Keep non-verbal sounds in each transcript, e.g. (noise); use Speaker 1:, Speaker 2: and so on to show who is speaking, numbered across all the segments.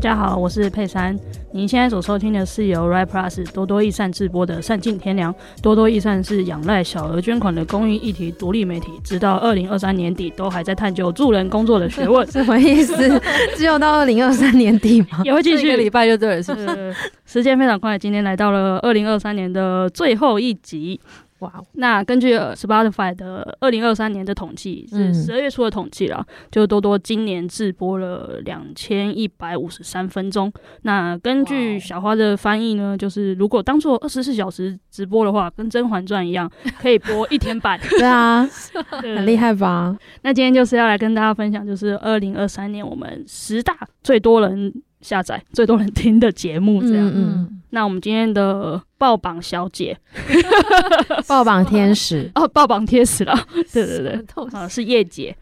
Speaker 1: 家好，我是佩珊。您现在所收听的是由 r i Plus 多多益善直播的《善尽天良》。多多益善是仰赖小额捐款的公益议题独立媒体，直到二零二三年底都还在探究助人工作的学问，
Speaker 2: 什么意
Speaker 3: (laughs)
Speaker 2: 思？只有到二零二三年底吗？
Speaker 1: 也会继
Speaker 3: 这个礼
Speaker 1: 续。
Speaker 3: 拜就对
Speaker 1: (laughs)
Speaker 3: 了，是不是？
Speaker 1: 呃，时间非常快，今天来到了二零二三年的最后一集。
Speaker 2: 哇哦，
Speaker 1: 那根据呃 Spotify 的二零二三年的统计，是
Speaker 2: 嗯
Speaker 1: 十二月初的统计啦，就多多今年直播了两千一百五十三分钟。那根
Speaker 3: 哇
Speaker 1: 据
Speaker 3: 哦
Speaker 1: 小花的翻译呢，就是如果当做二十四小时直播的话，跟《甄嬛传》一
Speaker 2: (laughs)
Speaker 1: 样，可以播一天半，
Speaker 2: 对啊，
Speaker 1: 很
Speaker 3: 嗯
Speaker 2: 很厉。害吧？
Speaker 1: 那今天就是要来跟大家分享，就是二零二三年我们十大最多人下载、最多人听的节目这样。
Speaker 2: 嗯
Speaker 1: 那我们今天的爆榜小姐
Speaker 2: 爆榜天使，
Speaker 1: 哦，爆榜贴死了，对对对， (laughs) 啊，
Speaker 3: 对。
Speaker 1: 是叶姐，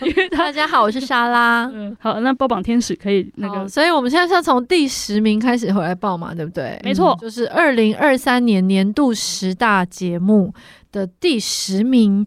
Speaker 1: 因为她
Speaker 3: (laughs) 大家好，我是莎拉。
Speaker 1: 嗯，好，那爆榜天使可以那
Speaker 3: 好
Speaker 1: 个，
Speaker 3: 所以我们现在是要从第十名开始回来报嘛，对不对？嗯
Speaker 1: 没错，
Speaker 3: 就是二零二三年年度十大节目的第十名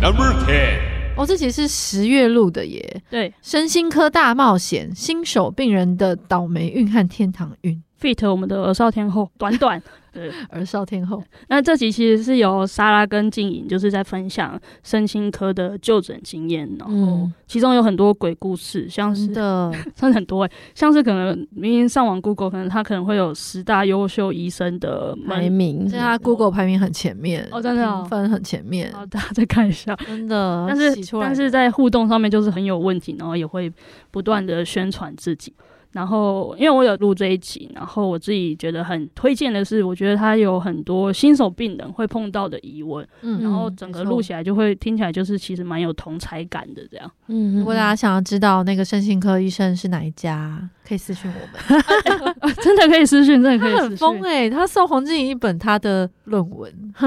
Speaker 4: Number 10.
Speaker 3: 哦，这集是十月录的耶，
Speaker 1: 对
Speaker 3: 《身心科大冒险》新手病人的倒霉运和天堂运，
Speaker 1: ，fit 我们的儿少天后，短短。 (laughs) 对，
Speaker 3: 儿少天后
Speaker 1: 那这集其实是由莎拉跟静颖就是在分享身心科的就诊经验，然后
Speaker 3: 哦
Speaker 2: 嗯
Speaker 1: 其中有很多鬼故事，像是
Speaker 3: 真的
Speaker 1: (laughs) 真的很多、欸，像是可能明明上网 Google，可能他可能会有十大优秀医生的
Speaker 2: 排
Speaker 1: 门，
Speaker 2: 名
Speaker 3: 现在 Google 排名很前面
Speaker 1: 哦真的哦
Speaker 3: 评分很前面
Speaker 1: 然，后大家再看一下。
Speaker 3: 哦真的。
Speaker 1: 但是
Speaker 3: 洗出来
Speaker 1: 但是在互动上面就是很有问题，然后也会不断的宣传自己。然后因为我有录这一集，然后我自己觉得很推荐的是，我觉得他有很多新手病人会碰到的疑问，
Speaker 3: 嗯
Speaker 1: 然后
Speaker 2: 嗯
Speaker 1: 整
Speaker 3: 没
Speaker 1: 个
Speaker 3: 错
Speaker 1: 录起来就会听起来就是其实蛮有同才感的这样。
Speaker 2: 嗯，
Speaker 3: 如果大家想要知道那个身心科医生是哪一家，可以私信我们。
Speaker 1: 真的可以私讯，真的可以
Speaker 3: 他
Speaker 1: 私
Speaker 3: 很疯
Speaker 1: 讯。
Speaker 3: 哎、他送黄静怡一本他的论文，
Speaker 2: 哈，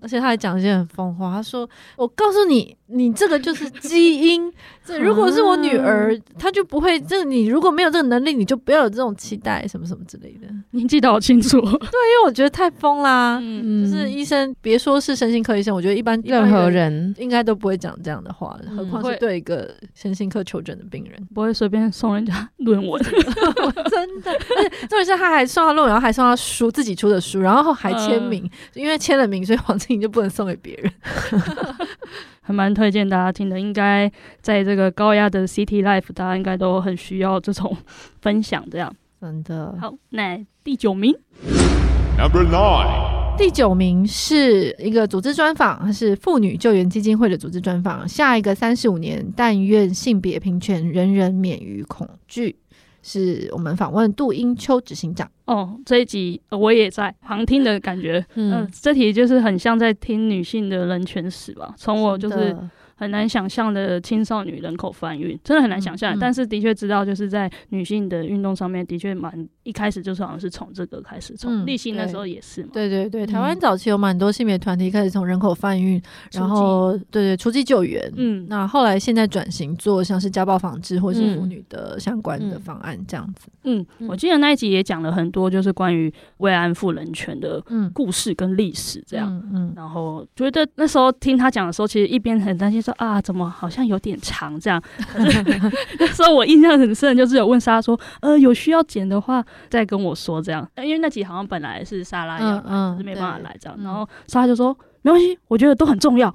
Speaker 3: 而且他还讲一些很疯话。他说：“我告诉你，你这个就是基因。这如果是我女儿，她就不会。这你如果没有这个能力，你就不要有这种期待，什么什么之类的。”
Speaker 1: 你记得好清楚。哦
Speaker 3: 因为我觉得太疯啦。
Speaker 1: 嗯，
Speaker 2: 嗯
Speaker 3: 就是医生，别说是身心科医生，我觉得一般
Speaker 2: 任何
Speaker 3: 一般
Speaker 2: 人，
Speaker 3: 应该都不会讲这样的话，
Speaker 2: 嗯
Speaker 3: 何况
Speaker 1: 会
Speaker 3: 是对一个身心科求诊的病人。
Speaker 1: 不会随便送人家 (laughs) 论文。
Speaker 3: (laughs) 真的，而且重点是他还送他论文，然后还送他书，自己出的书，然后还签名，因为签了名，所以黄静怡就不能送给别人。
Speaker 1: 还蛮推荐大家听的，应该在这个高压的 City Life，大家应该都很需要这种 (laughs) 分享。这样
Speaker 3: 真的
Speaker 1: 好，那第九名
Speaker 4: Number 9.
Speaker 3: 第九名是一个组织专访，它是妇女救援基金会的组织专访。下一个三十五年，但愿性别平权，人人免于恐惧。是我们访问杜英秋执行长，
Speaker 1: 哦，这一集呃我也在旁听的感觉，嗯、
Speaker 2: 嗯，
Speaker 1: 这题就是很像在听女性的人权史吧，从我就是很难想象的青少年人口贩运，真的很难想象，
Speaker 3: 嗯嗯
Speaker 1: 但是的确知道就是在女性的运动上面，的确蛮一开始就是好像是从这个开始，从
Speaker 3: 嗯
Speaker 1: 立新那
Speaker 3: 对
Speaker 1: 时候也是嘛，
Speaker 3: 对对对，台湾
Speaker 2: 嗯
Speaker 3: 早期有蛮多性别团体开始从人口贩运，
Speaker 1: 出
Speaker 3: 然后对对，出击救援，
Speaker 1: 嗯
Speaker 3: 那后来现在转型做像是家暴防治或是
Speaker 2: 嗯
Speaker 3: 妇女的相关的
Speaker 2: 嗯
Speaker 3: 方案这样子。
Speaker 1: 嗯，
Speaker 2: 嗯
Speaker 1: 我记得那一集也讲了很多，就是关于慰安妇人权的
Speaker 3: 嗯，
Speaker 1: 故事跟历史这样。
Speaker 3: 嗯，
Speaker 1: 然后觉得那时候听他讲的时候，其实一边很担心说啊，怎么好像有点长这样。可是那时候我印象很深，就是有问莎拉说，呃，有需要剪的话再跟我说这样，呃因为那集好像本来是莎拉要来，
Speaker 3: 嗯嗯
Speaker 1: 可是没办法来这样。
Speaker 3: 对
Speaker 1: 然后莎拉就说。没关系，我觉得都很重要，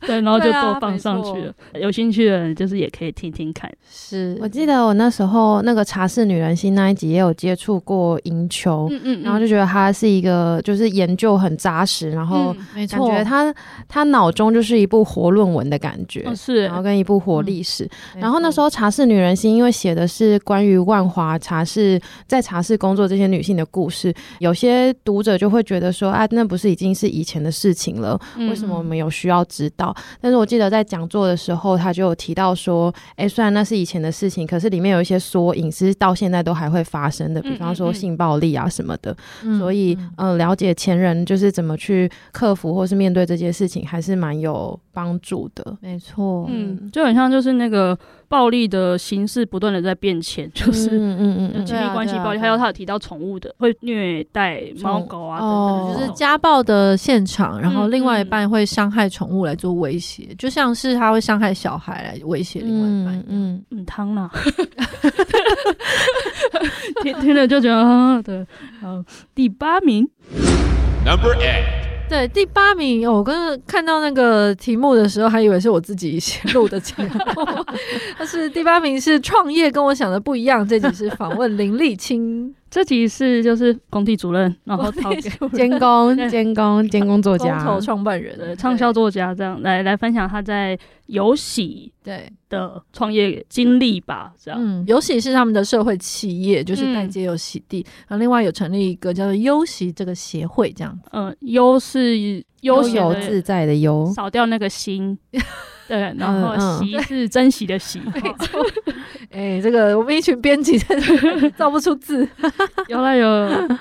Speaker 1: 对，然后就
Speaker 3: 对啊
Speaker 1: 都放上去
Speaker 3: 没
Speaker 1: 了。有兴趣的人就是也可以听听看，
Speaker 3: 是
Speaker 2: 我记得我那时候那个茶室女人心那一集也有接触过银球，
Speaker 1: 嗯嗯
Speaker 2: 然后就觉得她是一个就是研究很扎实，然
Speaker 1: 嗯
Speaker 2: 后
Speaker 3: 没
Speaker 2: 感
Speaker 3: 错，
Speaker 2: 觉她她脑中就是一部活论文的感觉，
Speaker 1: 哦是
Speaker 2: 然后跟一部活历史，
Speaker 3: 没
Speaker 2: 然后那
Speaker 3: 错
Speaker 2: 时候茶室女人心，因为写的是关于万华茶室在茶室工作这些女性的故事，有些读者就会觉得说啊，那不是已经是以前的事情了，嗯
Speaker 1: 嗯
Speaker 2: 为什么我们有需要知道？但是我记得在讲座的时候，他就有提到说，诶，虽然那是以前的事情，可是里面有一些缩影是到现在都还会发生的，比方
Speaker 1: 嗯
Speaker 2: 说
Speaker 1: 嗯嗯
Speaker 2: 性暴力啊什么的。
Speaker 3: 嗯
Speaker 2: 所以
Speaker 3: 嗯，
Speaker 2: 呃，了解前人就是怎么去克服或是面对这些事情，还是蛮有帮助的。
Speaker 3: 没错，
Speaker 1: 嗯，就很像就是那个暴力的形式不断的在变迁，就是
Speaker 2: 嗯嗯
Speaker 1: 亲
Speaker 3: 对
Speaker 1: 密
Speaker 3: 啊
Speaker 1: 关系
Speaker 3: 对啊
Speaker 1: 暴力，
Speaker 3: 对啊
Speaker 1: 还有他有提到宠物的会虐待猫狗啊等等，
Speaker 2: 哦
Speaker 3: 就是
Speaker 1: 这种
Speaker 3: 家暴的现场，然后
Speaker 1: 嗯
Speaker 3: 另外一
Speaker 1: 嗯
Speaker 3: 半会伤害宠物来做威胁，就像是他会伤害小孩来威胁另外一半一
Speaker 2: 嗯
Speaker 3: 样。
Speaker 2: 嗯，
Speaker 1: 嗯汤啦， (laughs) 听听了就觉得啊，对，好，第八名
Speaker 4: Number 8.
Speaker 3: 对，第八名，哦我刚刚看到那个题目的时候，还以为是我自己以前录的节目， (laughs) 但是第八名是创业，跟我想的不一样。这集是访问林
Speaker 1: (laughs)
Speaker 3: 立清
Speaker 1: 这集是就是工地主任，然后 (laughs) 陶
Speaker 3: 工地
Speaker 1: 给
Speaker 2: 嗯监
Speaker 1: (laughs)
Speaker 2: 工监工监工作
Speaker 3: 工
Speaker 2: 家，
Speaker 3: 头创办
Speaker 1: 呃
Speaker 3: 人、
Speaker 1: 畅销作家这样来来分享他在有喜
Speaker 3: 对，
Speaker 1: 的创业经历吧，这样。
Speaker 3: 嗯，尤其是他们的社会企业，就是
Speaker 1: 嗯
Speaker 3: 代接有洗地，然后另外有成立一个叫做优习这个协会，这样子。
Speaker 1: 嗯，优是悠
Speaker 2: 悠
Speaker 1: 闲
Speaker 2: 游
Speaker 1: 的
Speaker 2: 自在的悠，
Speaker 1: 少掉那个心，对，然
Speaker 2: 嗯
Speaker 1: 后
Speaker 2: 嗯
Speaker 1: 喜是珍惜的 (laughs) 喜，
Speaker 3: 哎、这个我们一群编辑在这 (laughs) 里造不出字，
Speaker 1: (laughs) 有啦有，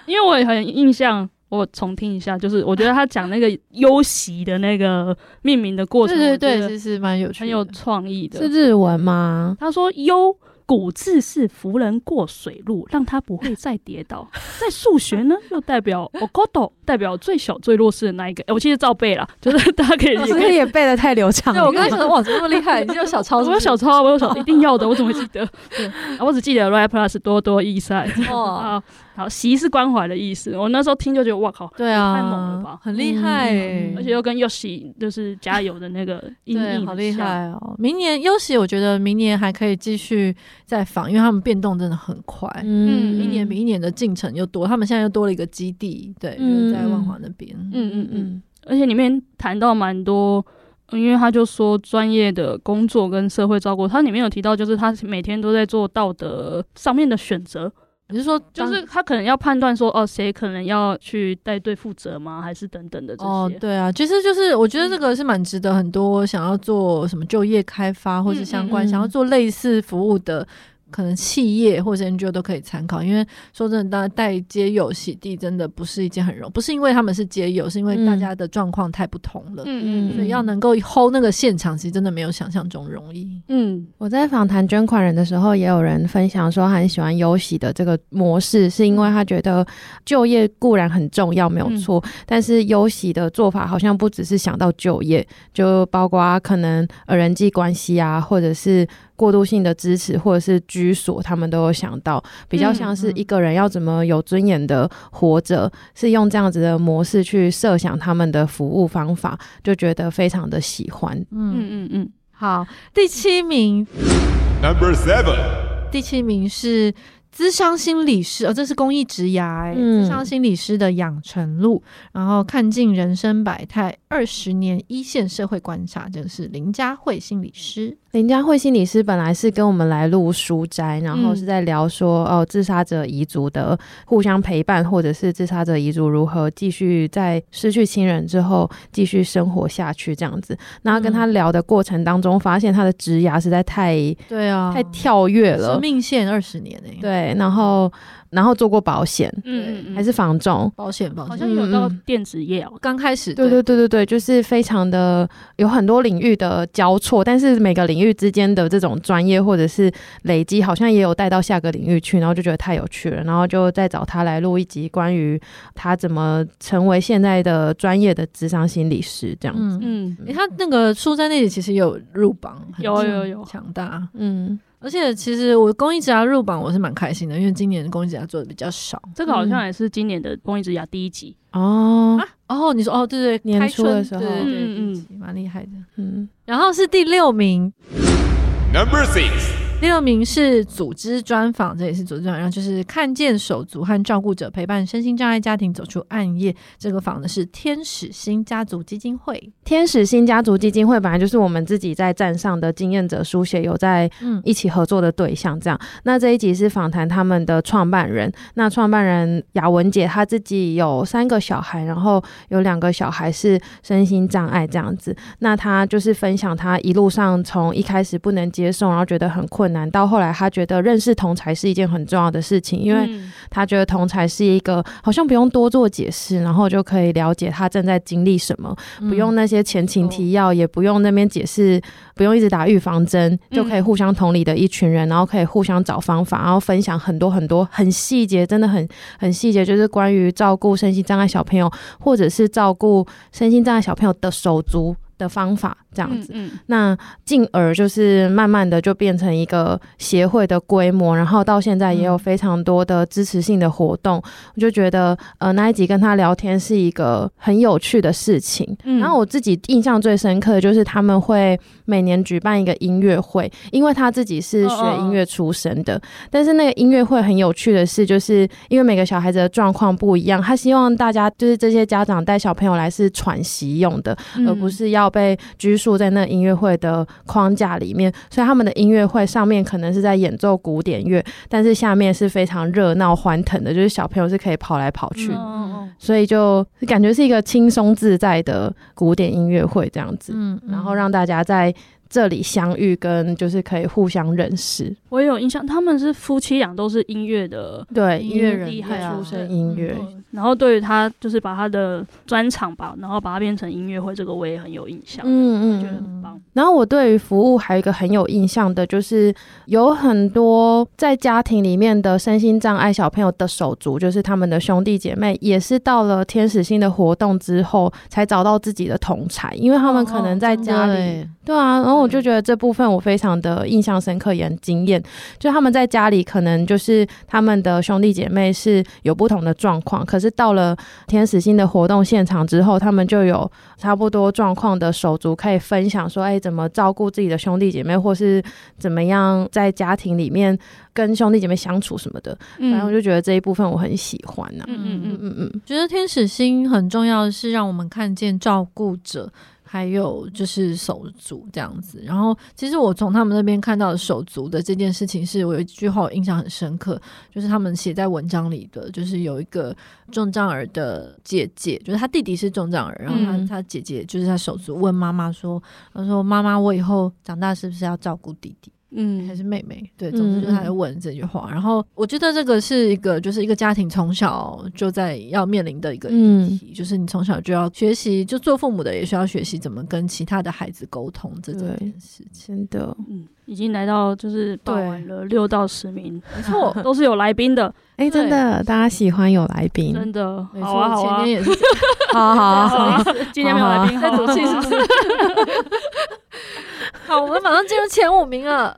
Speaker 1: 因为我也很印象，我重听一下，就是我觉得他讲那个优喜的那个命名的过程，我觉得
Speaker 3: 其实蛮有趣的，
Speaker 1: 很有创意的。
Speaker 2: 是日文吗？
Speaker 1: 他说优。古字是扶人过水路，让他不会再跌倒。 (laughs) 在数学呢，又代表 okodo，代表最小最弱势的那一个。哎我其实照背了，就是大家可以也
Speaker 2: 老师 (laughs)
Speaker 1: 可以
Speaker 2: 也背的太流畅
Speaker 3: 对，
Speaker 2: 了
Speaker 3: 我。刚才想说，哇，怎么那么厉害？你有小抄
Speaker 1: 我
Speaker 3: 是不
Speaker 1: 有
Speaker 3: 是？
Speaker 1: 小抄，我有小，一定要的，我怎么会记得？对，啊我只记得 r i Plus 多多益善 (laughs)
Speaker 3: 哦，
Speaker 1: 啊，好，习是关怀的意思。我那时候听就觉得哇靠，
Speaker 3: 对啊，
Speaker 1: 太猛了吧
Speaker 3: 很厉害、
Speaker 2: 嗯嗯
Speaker 1: 而且又跟 Yoshi 就是加油的那个音
Speaker 3: 对，
Speaker 1: 译，
Speaker 3: 好厉！害哦！明年优喜，我觉得明年还可以继续再访，因为他们变动真的很快，
Speaker 1: 嗯
Speaker 3: 一年比
Speaker 2: 嗯
Speaker 3: 一年的进程又多。他们现在又多了一个基地，对，
Speaker 2: 嗯
Speaker 3: 就是在万华那边。
Speaker 1: 嗯嗯嗯，
Speaker 2: 嗯
Speaker 1: 而且里面谈到蛮多。嗯因为他就说专业的工作跟社会照顾，他里面有提到，就是他每天都在做道德上面的选择，
Speaker 3: 你是说
Speaker 1: 就
Speaker 3: 当
Speaker 1: 是他可能要判断说，哦，谁可能要去带队负责吗？还是等等的这
Speaker 3: 哦
Speaker 1: 些？，嗯
Speaker 3: 对啊，其实就是我觉得这个是蛮值得很多想要做什么就业开发或者相关、
Speaker 2: 嗯嗯
Speaker 3: 想要做类似服务的。可能企业或者 NGO 都可以参考，因为说真的，大家带街友洗地真的不是一件很容不是因为他们是街友，是因为大
Speaker 2: 嗯
Speaker 3: 家的状况太不同了，
Speaker 1: 嗯
Speaker 3: 所以要能够 hold 那个现场，其实真的没有想象中容易。
Speaker 1: 嗯
Speaker 2: 我在访谈捐款人的时候，也有人分享说，他很喜欢优喜的这个模式，是因为他觉得就业固然很重要，没有错，但是优喜的做法好像不只是想到就业，就包括可能呃人际关系啊，或者是过渡性的支持，或者是居所，他们都有想到，比较像是一个人要怎么有尊严的活着，是用这样子的模式去设想他们的服务方法，就觉得非常的喜欢。
Speaker 1: 嗯
Speaker 3: 嗯，
Speaker 1: 嗯嗯，
Speaker 3: 好，第七名，
Speaker 4: Number 7.
Speaker 3: 第七名是资商心理师哦，这是公益职涯、欸，
Speaker 2: 嗯
Speaker 3: 资商心理师的养成路，然后看尽人生百态，二十年一线社会观察，这个是林佳慧心理师。
Speaker 2: 林佳慧心理师本来是跟我们来录书斋，然后是在聊说、哦，自杀者遗族的互相陪伴，或者是自杀者遗族如何继续在失去亲人之后继续生活下去这样子。那跟他聊的过程当中，发现他的职涯实在太、
Speaker 3: 对啊
Speaker 2: 太跳跃
Speaker 3: 生
Speaker 2: 了，
Speaker 3: 命线二十年哎、欸，
Speaker 2: 对，然后然后做过保险，
Speaker 1: 嗯嗯，
Speaker 2: 还是房仲。
Speaker 3: 保险保
Speaker 1: 好
Speaker 3: 险
Speaker 1: 像。有到
Speaker 2: 嗯嗯
Speaker 1: 电子业哦，
Speaker 3: 刚开始
Speaker 2: 对对对对对，就是非常的有很多领域的交错，但是每个领域之间的这种专业或者是累积，好像也有带到下个领域去，然后就觉得太有趣了，然后就再找他来录一集关于他怎么成为现在的专业的智商心理师这样子。
Speaker 3: 嗯，
Speaker 1: 嗯，
Speaker 3: 诶他那个书斋那里其实有入榜，很
Speaker 1: 有
Speaker 3: 强
Speaker 1: 有有
Speaker 3: 强大，
Speaker 2: 嗯，
Speaker 3: 而且其实我公益职涯入榜我是蛮开心的，因为今年的公益职涯做的比较少。
Speaker 1: 这个好像也是今年的公益之牙第一集，
Speaker 2: 哦，
Speaker 3: 哦，你说哦，对对，
Speaker 2: 年
Speaker 3: 开
Speaker 2: 初的
Speaker 3: 春
Speaker 2: 时候
Speaker 3: 对对对，
Speaker 1: 嗯嗯
Speaker 3: 第一集蛮厉害的。
Speaker 2: 嗯，
Speaker 3: 然后是第六名，
Speaker 4: Number 6.
Speaker 3: 第六名是组织专访，这也是组织专访，然后就是看见手足和照顾者陪伴身心障碍家庭走出暗夜。这个访的是天使星家族基金会，
Speaker 2: 天使新家族基金会本来就是我们自己在站上的经验者书写有在
Speaker 3: 嗯，
Speaker 2: 一起合作的对象，这样。那这一集是访谈他们的创办人，那创办人雅文姐她自己有三个小孩，然后有两个小孩是身心障碍这样子。那她就是分享她一路上从一开始不能接受，然后觉得很困困难，到后来他觉得认识同才是一件很重要的事情，因为
Speaker 1: 嗯
Speaker 2: 他觉得同才是一个好像不用多做解释，然后就可以了解他正在经历什么，不
Speaker 3: 嗯
Speaker 2: 用那些前情提要，也不用那边解释，不用一直打预防针，就可以互相同理的一群人，然后可以互相找方法，然后分享很多很多很细节，真的很很细节，就是关于照顾身心障碍小朋友，或者是照顾身心障碍小朋友的手足的方法，这样子。
Speaker 1: 嗯嗯
Speaker 2: 那进而就是慢慢的就变成一个协会的规模，然后到现在也有非常多的支持性的活动。我就觉得，呃，那一集跟他聊天是一个很有趣的事情。
Speaker 1: 嗯
Speaker 2: 然后我自己印象最深刻的就是他们会每年举办一个音乐会，因为他自己是
Speaker 1: 哦哦
Speaker 2: 学
Speaker 1: 哦
Speaker 2: 音乐出身的，但是那个音乐会很有趣的是，就是因为每个小孩子的状况不一样，他希望大家就是这些家长带小朋友来是喘息用的，
Speaker 1: 嗯
Speaker 2: 而不是要被拘束在那音乐会的框架里面。所以他们的音乐会上面可能是在演奏古典乐，但是下面是非常热闹欢腾的，就是小朋友是可以跑来跑去。
Speaker 1: 嗯哦
Speaker 2: 所以就感觉是一个轻松自在的古典音乐会这样子，
Speaker 3: 嗯，
Speaker 2: 然后让大家在这里相遇，跟就是可以互相认识。
Speaker 1: 我有印象，他们是夫妻俩都是音乐的
Speaker 2: 对，
Speaker 1: 音
Speaker 2: 音乐
Speaker 1: 乐
Speaker 2: 人
Speaker 1: 厉
Speaker 3: 对
Speaker 1: 害
Speaker 3: 啊
Speaker 2: 出身
Speaker 1: 对
Speaker 2: 音乐，
Speaker 1: 嗯然后对于他就是把他的专场吧，然后把它变成音乐会，这个我也很有印象，
Speaker 2: 嗯
Speaker 1: 觉得很棒。
Speaker 2: 然后我对于服务还有一个很有印象的，就是有很多在家庭里面的身心障碍小朋友的手足，就是他们的兄弟姐妹，也是到了天使星的活动之后才找到自己的同才，因为他们可能在家里，
Speaker 3: 对
Speaker 2: 对啊，然后我
Speaker 1: 嗯
Speaker 2: 就觉得这部分我非常的印象深刻，也很惊艳。就他们在家里可能就是他们的兄弟姐妹是有不同的状况，可是到了天使星的活动现场之后，他们就有差不多状况的手足可以分享说，哎，怎么照顾自己的兄弟姐妹，或是怎么样在家庭里面跟兄弟姐妹相处什么的。
Speaker 1: 嗯
Speaker 2: 反正我就觉得这一部分我很喜欢呐、
Speaker 1: 嗯嗯
Speaker 2: 嗯
Speaker 1: 嗯，
Speaker 2: 嗯嗯，
Speaker 3: 觉得天使星很重要的是让我们看见照顾者，还有就是手足这样子。然后，其实我从他们那边看到的手足的这件事情，是我有一句话我印象很深刻，就是他们写在文章里的，就是有一个重障儿的姐姐，就是他弟弟是重障儿，然后他、
Speaker 2: 嗯
Speaker 3: 他姐姐就是他手足问妈妈说，他说妈妈，我以后长大是不是要照顾弟弟？
Speaker 1: 嗯
Speaker 3: 还是妹妹，对，
Speaker 2: 嗯
Speaker 3: 总之就是
Speaker 2: 嗯
Speaker 3: 他在问这句话。然后我觉得这个是一个，就是一个家庭从小就在要面临的一个议
Speaker 1: 嗯
Speaker 3: 题，就是你从小就要学习，就做父母的也需要学习怎么跟其他的孩子沟通这
Speaker 2: 对
Speaker 3: 件事情。
Speaker 2: 真的，
Speaker 1: 嗯，已经来到就是报完了六到十名，
Speaker 3: 没错， (laughs)
Speaker 1: 都是有来宾的，
Speaker 2: 哎，真的，大家喜欢有来宾，
Speaker 1: 真的。
Speaker 3: 没
Speaker 1: 好啊，
Speaker 3: 错，
Speaker 1: 好
Speaker 3: 前
Speaker 1: 啊
Speaker 3: 天，也是， (laughs) 好
Speaker 1: 好
Speaker 3: 好好
Speaker 1: 啊，今天没有来宾，
Speaker 3: 好啊
Speaker 1: 好啊
Speaker 3: 在赌气是不是？好，我们马上进入前五名了。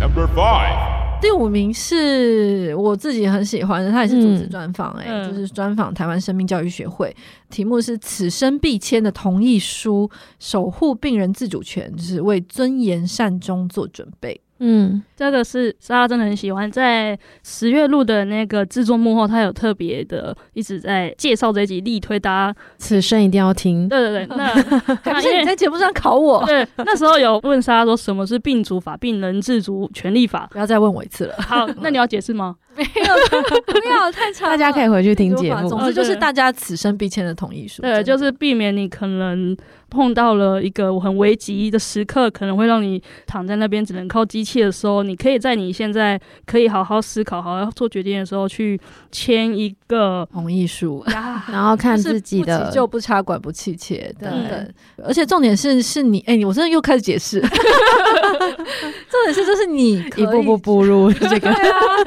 Speaker 4: Number five.
Speaker 3: 第五名是我自己很喜欢的，他也是主持专访、哎、
Speaker 1: 嗯
Speaker 3: 就是专访台湾生命教育学会，题目是“此生必签的同意书：守护病人自主权，就是为尊严善终做准 (laughs) 备
Speaker 2: 嗯
Speaker 1: 这个是莎拉真的很喜欢，在十月录的那个制作幕后，他有特别的一直在介绍这一集，力推大家。
Speaker 2: 此生一定要听。
Speaker 1: 对对对，那”。
Speaker 3: 还不
Speaker 1: 那
Speaker 3: 是
Speaker 1: 因
Speaker 3: 你
Speaker 1: 为
Speaker 3: 在节目上考我？
Speaker 1: (laughs) 对那时候有问莎拉说什么是病主法、病人自主权利法。
Speaker 3: 不要再问我一次了，
Speaker 1: 好， (laughs) 那你要解释吗？
Speaker 3: (laughs) 没 (laughs) 有，不要太长
Speaker 2: 大
Speaker 3: 了
Speaker 2: 家可以回去听
Speaker 3: 没
Speaker 2: 节
Speaker 3: 办法
Speaker 2: 目。
Speaker 3: 总之哦就是大家此生必签的同意书。
Speaker 1: 对，
Speaker 3: 真的。
Speaker 1: 就是避免你可能碰到了一个很危急的时刻，可能会让你躺在那边只能靠机器的时候，你可以在你现在可以好好思考、好好做决定的时候去签一个
Speaker 3: 同意书。
Speaker 1: 呀，
Speaker 2: 然后看自己
Speaker 3: 就是不
Speaker 2: 的
Speaker 3: 急，救不差，管不气切等等
Speaker 2: 对。
Speaker 3: 而且重点是，是你，哎、你我真的又开始解释。 (laughs) 重点是，就是你可以
Speaker 2: 一步步步入
Speaker 3: (laughs)
Speaker 2: 这
Speaker 3: 对
Speaker 2: 个。
Speaker 3: 啊，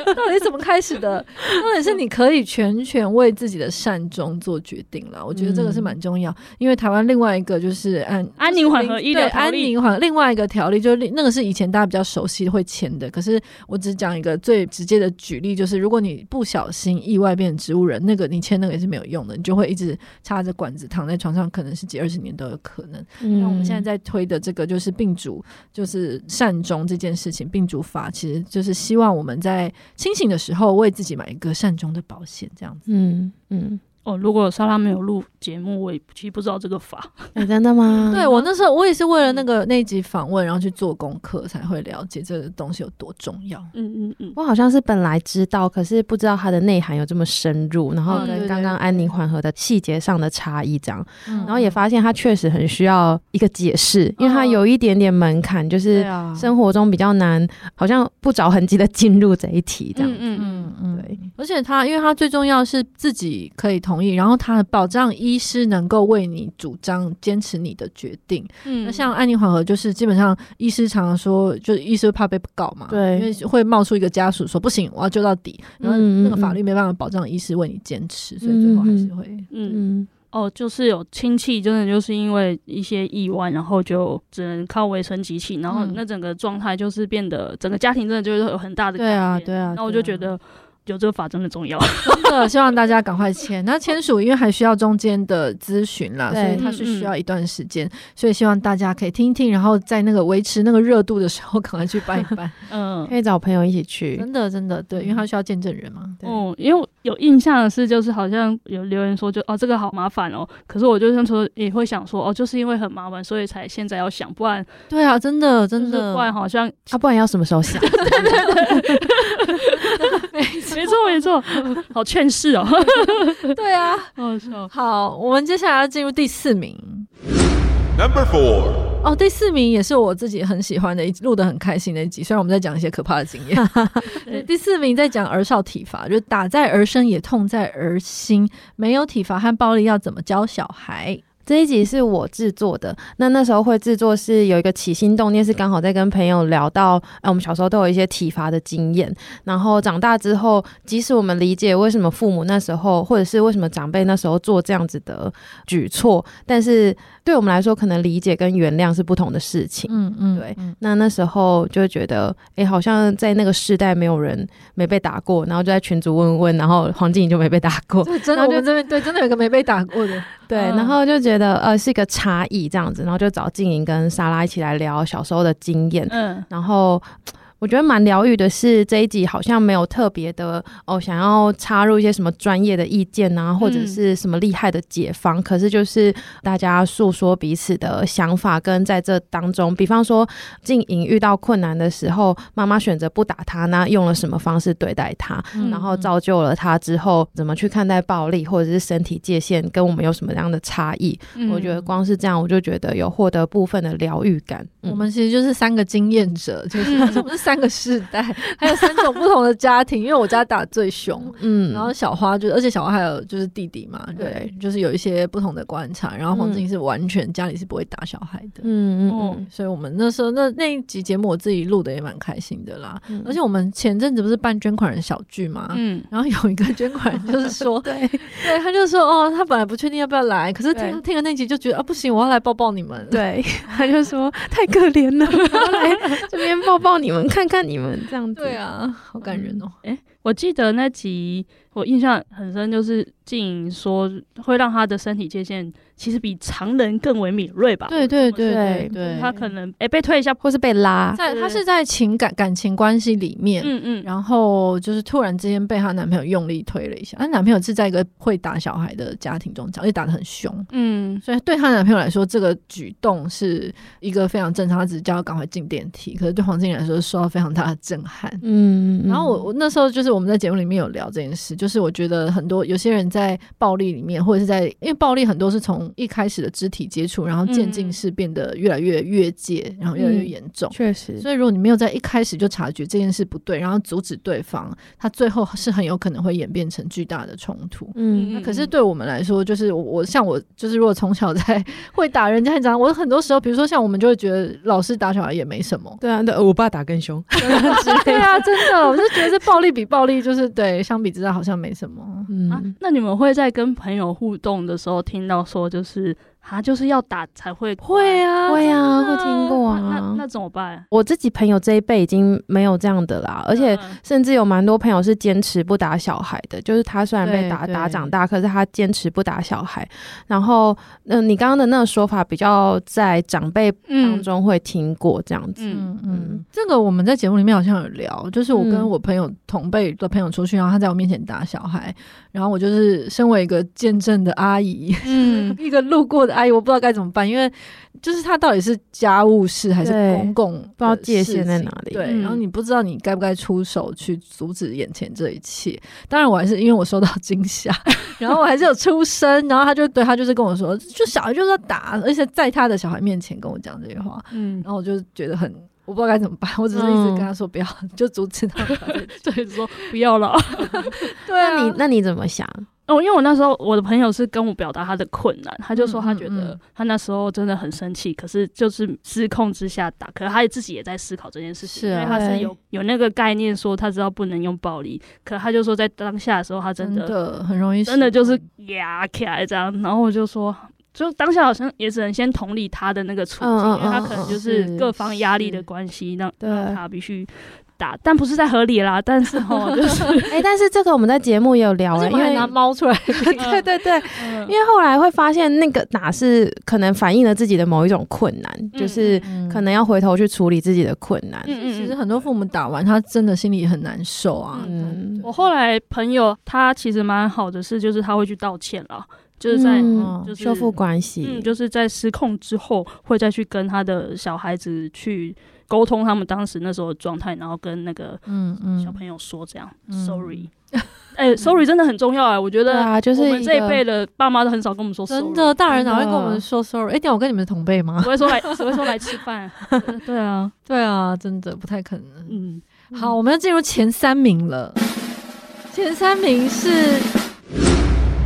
Speaker 3: 到底是怎么开始
Speaker 1: (laughs)
Speaker 3: 的？重点是你可以全权为自己的善终做决定了，我觉得这个是蛮重要。因为台湾另外一个就是安
Speaker 1: 嗯安宁缓和医疗
Speaker 3: 对
Speaker 1: 条
Speaker 3: 安
Speaker 1: 例
Speaker 3: 宁缓另外一个条例，就是另那个是以前大家比较熟悉会签的。可是我只讲一个最直接的举例，就是如果你不小心意外变成植物人，那个你签那个也是没有用的，你就会一直插着管子躺在床上，可能十几二十年都有可能。
Speaker 2: 嗯
Speaker 3: 那我们现在在推的这个就是病主，就是善终这件事情，病主法其实就是希望我们在清醒的时候为自己买一个善终的保险，这样子。
Speaker 2: 嗯嗯，
Speaker 1: 哦，如果莎拉没有录节目，我也其实不知道这个法。
Speaker 2: 哎、真的吗？
Speaker 3: 对我那时候，我也是为了那个那一集访问，然后去做功课，才会了解这个东西有多重要。
Speaker 1: 嗯嗯嗯，
Speaker 2: 我好像是本来知道，可是不知道它的内涵有这么深入，然后
Speaker 3: 嗯
Speaker 2: 跟
Speaker 3: 对对
Speaker 2: 刚刚安宁缓和的细节上的差异这样，
Speaker 3: 嗯
Speaker 2: 然后也发现它确实很需要一个解释，因为它
Speaker 3: 嗯
Speaker 2: 有一点点门槛，就是
Speaker 3: 啊
Speaker 2: 生活中比较难，好像不着痕迹的进入这一题这样。
Speaker 1: 嗯嗯
Speaker 3: 嗯嗯
Speaker 2: 对，
Speaker 3: 而且他，因为他最重要是自己可以同意，然后他的保障医师能够为你主张坚持你的决定。
Speaker 1: 嗯，
Speaker 3: 那像安宁缓和，就是基本上医师常常说，就是医师怕被告嘛，
Speaker 2: 对
Speaker 3: 因为会冒出一个家属说不行，我要救到底，然后
Speaker 2: 嗯嗯
Speaker 3: 那个法
Speaker 2: 嗯
Speaker 3: 律没办法保障医师为你坚持，所以最后还是
Speaker 2: 嗯
Speaker 3: 会。
Speaker 1: 嗯
Speaker 2: 嗯，
Speaker 1: 哦，就是有亲戚真的就是因为一些意外，然后就只能靠维生机器，然后
Speaker 3: 嗯
Speaker 1: 那整个状态就是变得整个家庭真的就是有很大的改
Speaker 3: 对啊，
Speaker 1: 变。
Speaker 3: 对啊，
Speaker 1: 那我就
Speaker 3: 对
Speaker 1: 觉
Speaker 3: 啊
Speaker 1: 得有这个法真的
Speaker 3: (laughs)
Speaker 1: 重要。
Speaker 3: (laughs) 真的希望大家赶快签。那签署因为还需要中间的咨询啦，所
Speaker 2: 对
Speaker 3: 以它是
Speaker 1: 嗯嗯
Speaker 3: 需要一段时间，所以希望大家可以听一听，然后在那个维持那个热度的时候，赶快去办一办。
Speaker 1: 嗯
Speaker 2: 可。以找朋友一起去。
Speaker 3: 真的，真的， (laughs) 对，嗯因为它需要见证人嘛。
Speaker 2: 对
Speaker 1: 哦，因为我有印象的是，就是好像有留言说就，哦这个好麻烦哦。可是我就是说也会想说，哦，就是因为很麻烦，所以才现在要想，不然
Speaker 3: 对啊，真的，真
Speaker 1: 就是
Speaker 3: 的
Speaker 1: 不，然好
Speaker 3: (laughs)
Speaker 1: 像
Speaker 2: 啊，不然要什么时候想？
Speaker 1: 没错没错，好劝世哦， (laughs)
Speaker 3: 对啊。
Speaker 1: 好笑。
Speaker 3: 好，我们接下来要进入第四名。
Speaker 4: Number four.
Speaker 3: 哦，第四名也是我自己很喜欢的一集，录的很开心的一集。虽然我们在讲一些可怕的经 (laughs) 验，对第四名在讲儿少体罚，就是打在儿身也痛在儿心，没有体罚和暴力要怎么教小孩？
Speaker 2: 这一集是我制作的，那那时候会制作是有一个起心动念，是刚好在跟朋友聊到，呃，我们小时候都有一些体罚的经验，然后长大之后，即使我们理解为什么父母那时候，或者是为什么长辈那时候做这样子的举措，但是对我们来说，可能理解跟原谅是不同的事情。
Speaker 3: 嗯嗯
Speaker 2: 对
Speaker 3: 嗯
Speaker 2: 那那时候就会觉得，诶，好像在那个世代没有人没被打过，然后就在群组问问，然后黄静怡就没被打过，
Speaker 3: 对，真的，
Speaker 2: 然后
Speaker 3: 我
Speaker 2: 就
Speaker 3: 们这边对，真的有一个没被打过的，
Speaker 2: 对，
Speaker 1: 嗯
Speaker 2: 然后就觉得呃是一个差异这样子，然后就找静莹跟莎拉一起来聊小时候的经验，
Speaker 1: 嗯
Speaker 2: 然后。我觉得蛮疗愈的是这一集好像没有特别的哦，想要插入一些什么专业的意见啊，或者是什么厉害的解方，可是就是大家诉说彼此的想法，跟在这当中，比方说静莹遇到困难的时候，妈妈选择不打她，那用了什么方式对待她，
Speaker 1: 嗯
Speaker 2: 然后造就了他之后怎么去看待暴力或者是身体界限跟我们有什么样的差异。
Speaker 1: 嗯
Speaker 2: 我觉得光是这样，我就觉得有获得部分的疗愈感。嗯
Speaker 3: 我们其实就是三个经验者，就是我们是三个世代，还有三种不同的家庭，因为我家打最 (laughs) 凶。
Speaker 2: 嗯
Speaker 3: 然后小花就，而且小花还有就是弟弟嘛，对，
Speaker 2: 对
Speaker 3: 就是有一些不同的观察。然后黄静是完全家里是不会打小孩的，
Speaker 2: 嗯嗯
Speaker 1: 哦
Speaker 2: 嗯
Speaker 3: 所以我们那时候那那一集节目我自己录的也蛮开心的啦。
Speaker 2: 嗯，
Speaker 3: 而且我们前阵子不是办捐款人小聚嘛，
Speaker 1: 嗯
Speaker 3: 然后有一个捐款人就是说，对，对，他就说哦，他本来不确定要不要来，可是听
Speaker 2: 对
Speaker 3: 他听了那集就觉得啊，不行，我要来抱抱你们。，
Speaker 2: 对， (laughs) 他就说太可怜了， (laughs) 我要来这边抱抱你们，看看你们这样子。
Speaker 3: 对，啊， (laughs) 好感人哦。
Speaker 1: 我记得那集我印象很深，就是静莹说会让她的身体界限其实比常人更为敏锐吧。
Speaker 3: 对对
Speaker 1: 嗯对
Speaker 2: 对
Speaker 3: 对
Speaker 1: 她可能哎、诶被推一下，
Speaker 2: 或是被拉。
Speaker 3: 在
Speaker 1: 对
Speaker 3: 他是在情感感情关系里面。
Speaker 1: 嗯嗯，
Speaker 3: 然后就是突然之间被她男朋友用力推了一下，她男朋友是在一个会打小孩的家庭中长，而且打得很凶，
Speaker 1: 嗯
Speaker 3: 所以对她男朋友来说，这个举动是一个非常正常，她只是叫她赶快进电梯。可是对黄静怡来说，受到非常大的震撼。
Speaker 2: 嗯，嗯
Speaker 3: 然后我我那时候就是我们在节目里面有聊这件事，就是我觉得很多有些人在暴力里面，或者是在因为暴力很多是从一开始的肢体接触，然后渐进式变得越来越越界，然后越来越
Speaker 2: 嗯
Speaker 3: 严重。
Speaker 2: 确实，
Speaker 3: 所以，如果你没有在一开始就察觉这件事不对，然后阻止对方，他最后是很有可能会演变成巨大的冲突。
Speaker 2: 嗯，
Speaker 1: 嗯
Speaker 3: 那可是对我们来说，就是我我像我就是如果从小在 (laughs) 会打人家长，我很多时候，比如说像我们就会觉得老师打小孩也没什么
Speaker 2: 对啊，对，我爸打更 (laughs) 凶。
Speaker 3: (laughs) 对啊，真的，我就觉得这暴力比暴力就是对，相比之下好像没什么。
Speaker 1: 啊
Speaker 2: 嗯，，
Speaker 1: 那你们会在跟朋友互动的时候听到说，就是啊，就是要打才会
Speaker 3: 会啊，
Speaker 2: 会啊，会
Speaker 1: 啊
Speaker 2: 听过
Speaker 1: 那那
Speaker 2: 啊
Speaker 1: 那。怎么办？
Speaker 2: 我自己朋友这一辈已经没有这样的啦，而且
Speaker 1: 嗯
Speaker 2: 甚至有蛮多朋友是坚持不打小孩的，就是他虽然被
Speaker 3: 对
Speaker 2: 打
Speaker 3: 对
Speaker 2: 打长大，可是他坚持不打小孩。然后，嗯、你刚刚的那个说法比较在长辈当中会听过这样子，
Speaker 1: 嗯
Speaker 3: 嗯嗯，这个我们在节目里面好像有聊，就是我跟
Speaker 2: 嗯
Speaker 3: 我朋友同辈的朋友出去，然后他在我面前打小孩，然后我就是身为一个见证的阿姨，
Speaker 2: 嗯，
Speaker 3: 一个路过的阿姨，我不知道该怎么办，因为就是他到底是家务事还是
Speaker 2: 对
Speaker 3: 公共，
Speaker 2: 不知道界限在哪里
Speaker 3: 对，
Speaker 1: 嗯
Speaker 3: 然后你不知道你该不该出手去阻止眼前这一切。当然，我还是因为我受到惊吓， (laughs) 然后我还是有出声，然后他就对他就是跟我说，就小孩就是要打，而且在他的小孩面前跟我讲这句话，
Speaker 1: 嗯， (laughs)
Speaker 3: 然后我就觉得很。我不知道该怎么办，我只是一直跟他说不要，就阻止
Speaker 2: (laughs)
Speaker 3: 他们。
Speaker 1: 对，说不要了。
Speaker 3: 对
Speaker 2: 啊
Speaker 3: 啊
Speaker 2: 那
Speaker 1: 啊
Speaker 2: 你那你怎么想？
Speaker 1: 哦，因为我那时候我的朋友是跟我表达他的困难，他就说
Speaker 3: 嗯
Speaker 1: 他
Speaker 3: 嗯
Speaker 1: 觉得
Speaker 3: 嗯
Speaker 1: 他那时候真的很生气，可是就是失控之下打，可是他自己也在思考这件事情，
Speaker 2: 是
Speaker 1: 因
Speaker 2: 啊
Speaker 1: 为他是
Speaker 2: 对
Speaker 1: 有有那个概念说他知道不能用暴力，可他就说在当下的时候他真
Speaker 3: 真
Speaker 1: 的
Speaker 3: 的很容易，
Speaker 1: 真的就是压起来这样，然后我就说。就当下好像也只能先同理他的那个处境，
Speaker 2: 嗯嗯
Speaker 1: 因为他
Speaker 2: 嗯
Speaker 1: 可能
Speaker 2: 嗯
Speaker 1: 就是
Speaker 3: 是
Speaker 1: 各方压力的
Speaker 3: 是
Speaker 1: 关系，让
Speaker 2: 对
Speaker 1: 让他必须打，但不是在合理啦，但是哦，就是
Speaker 2: (laughs) 哎、但是这个我们在节目也有
Speaker 1: (laughs)
Speaker 2: 聊、欸，因为
Speaker 3: 猫出来，
Speaker 2: (laughs) 对对对，
Speaker 1: 嗯
Speaker 2: 因为后来会发现那个打是可能反映了自己的某一种困难，就是可能要回头去处理自己的困难。
Speaker 1: 嗯嗯，
Speaker 3: 其实很多父母打完，他真的心里很难受啊。
Speaker 2: 嗯
Speaker 1: 我后来朋友他其实蛮好的是，就是他会去道歉了，就是在
Speaker 2: 嗯
Speaker 1: 就是
Speaker 2: 修复关系，
Speaker 1: 嗯就是在失控之后会再去跟他的小孩子去沟通他们当时那时候的状态，然后跟那个
Speaker 3: 嗯
Speaker 1: 小
Speaker 3: 嗯，
Speaker 1: 朋友说这样、
Speaker 3: 嗯
Speaker 1: s o r r
Speaker 2: (laughs)
Speaker 1: y 哎、s o r r y 真的很重要哎、我觉
Speaker 2: 对
Speaker 1: 得
Speaker 2: 啊，就是
Speaker 1: 我们这一
Speaker 2: 个
Speaker 1: 辈的爸妈都很少跟我们说 sorry，
Speaker 3: 真的，大人哪会
Speaker 2: 真
Speaker 3: 跟
Speaker 2: 的
Speaker 3: 我们说 sorry？哎，等一下我跟你们是同辈吗
Speaker 1: 只？会说来，只会说来吃饭，对
Speaker 2: (laughs)
Speaker 1: (laughs) 对啊，
Speaker 3: 对啊，真的不太可能。
Speaker 1: 嗯，
Speaker 3: 好，我们要进入前三名了。前三名是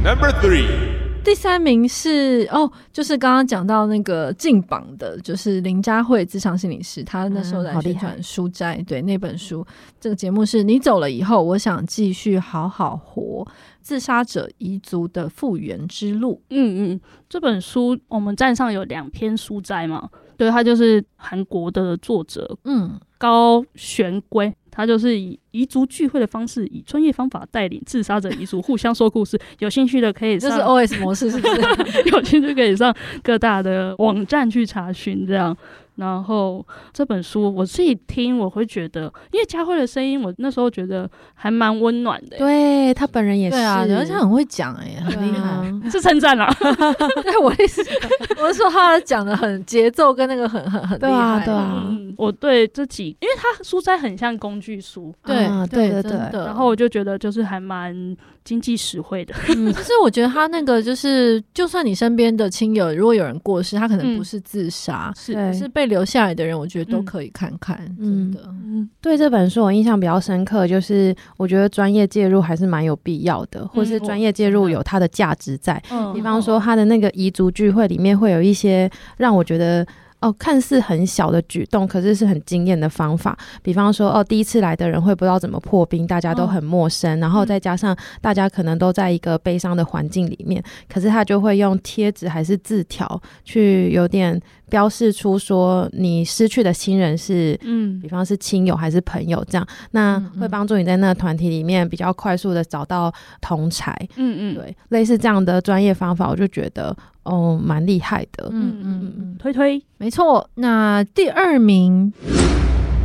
Speaker 4: Number three.
Speaker 3: 第三名是哦，就是刚刚讲到那个进榜的，就是林佳慧职场心理师，她那时候
Speaker 2: 嗯
Speaker 3: 来
Speaker 2: 好厉
Speaker 3: 宣
Speaker 2: 害
Speaker 3: 传《书斋》对那本书，这个节目是你走了以后，我想继续好好活，自杀者彝族的复原之路。
Speaker 1: 嗯嗯，这本书我们站上有两篇书摘嘛，对，它就是韩国的作者
Speaker 3: 嗯，
Speaker 1: 高玄圭，他就是以彝族聚会的方式，以专业方法带领自杀者彝族互相说故事。有兴趣的可以
Speaker 3: 这
Speaker 1: 上，
Speaker 3: 是
Speaker 2: 哦
Speaker 3: OS 模式，是不 (laughs)
Speaker 1: (laughs)
Speaker 3: 是？
Speaker 1: 有兴趣可以上各大的网站去查询这样。然后这本书我自己听，我会觉得，因为佳慧的声音，我那时候觉得还蛮温暖
Speaker 2: (laughs)
Speaker 1: 的、
Speaker 2: 对他本人也是，
Speaker 3: 对啊，而且很会讲哎、很厉
Speaker 2: 对
Speaker 3: 害。
Speaker 2: 啊
Speaker 1: 是称赞啦。
Speaker 3: (laughs) 对，我意思， (laughs) 我是说他讲的很节奏跟那个很很很厉
Speaker 2: 对啊
Speaker 3: 害。
Speaker 2: 对啊
Speaker 1: 嗯，嗯我对这几，因为它书斋很像工具书，
Speaker 3: 对
Speaker 2: 啊
Speaker 3: 对
Speaker 2: 对对
Speaker 3: 真的
Speaker 1: 然后我就觉得就是还蛮经济实惠的。
Speaker 3: 嗯，就是我觉得他那个就是，就算你身边的亲友如果有人过世，他可
Speaker 1: 嗯
Speaker 3: 能不是自杀，
Speaker 1: 是
Speaker 2: 对
Speaker 3: 是被留下来的人，我觉得都
Speaker 1: 嗯
Speaker 3: 可以看看，真
Speaker 2: 嗯
Speaker 3: 的。
Speaker 1: 嗯
Speaker 2: 对这本书我印象比较深刻，就是我觉得专业介入还是蛮有必要的，
Speaker 3: 嗯
Speaker 2: 或是
Speaker 1: 我
Speaker 2: 专业介入有它的价值在。
Speaker 1: 嗯
Speaker 2: 比方说，
Speaker 3: 哦
Speaker 2: 他的那个彝族聚会里面会有一些让我觉得哦，看似很小的举动，可是是很惊艳的方法。比方说，哦，第一次来的人会不知道怎么破冰，大
Speaker 3: 嗯
Speaker 2: 家都很陌生，然后再加上大家可能都在一个悲伤的环境里面，可是他就会用贴纸还是字条去有点标示出说你失去的亲人是。
Speaker 1: 嗯
Speaker 2: 比方是亲友还是朋友这样，那
Speaker 3: 嗯嗯
Speaker 2: 会帮助你在那个团体里面比较快速的找到同才。
Speaker 1: 嗯嗯，
Speaker 2: 对，类似这样的专业方法，我就觉得哦，蛮厉害的。
Speaker 3: 嗯
Speaker 1: 嗯
Speaker 3: 嗯嗯，
Speaker 1: 推推，
Speaker 3: 没错。那第二名，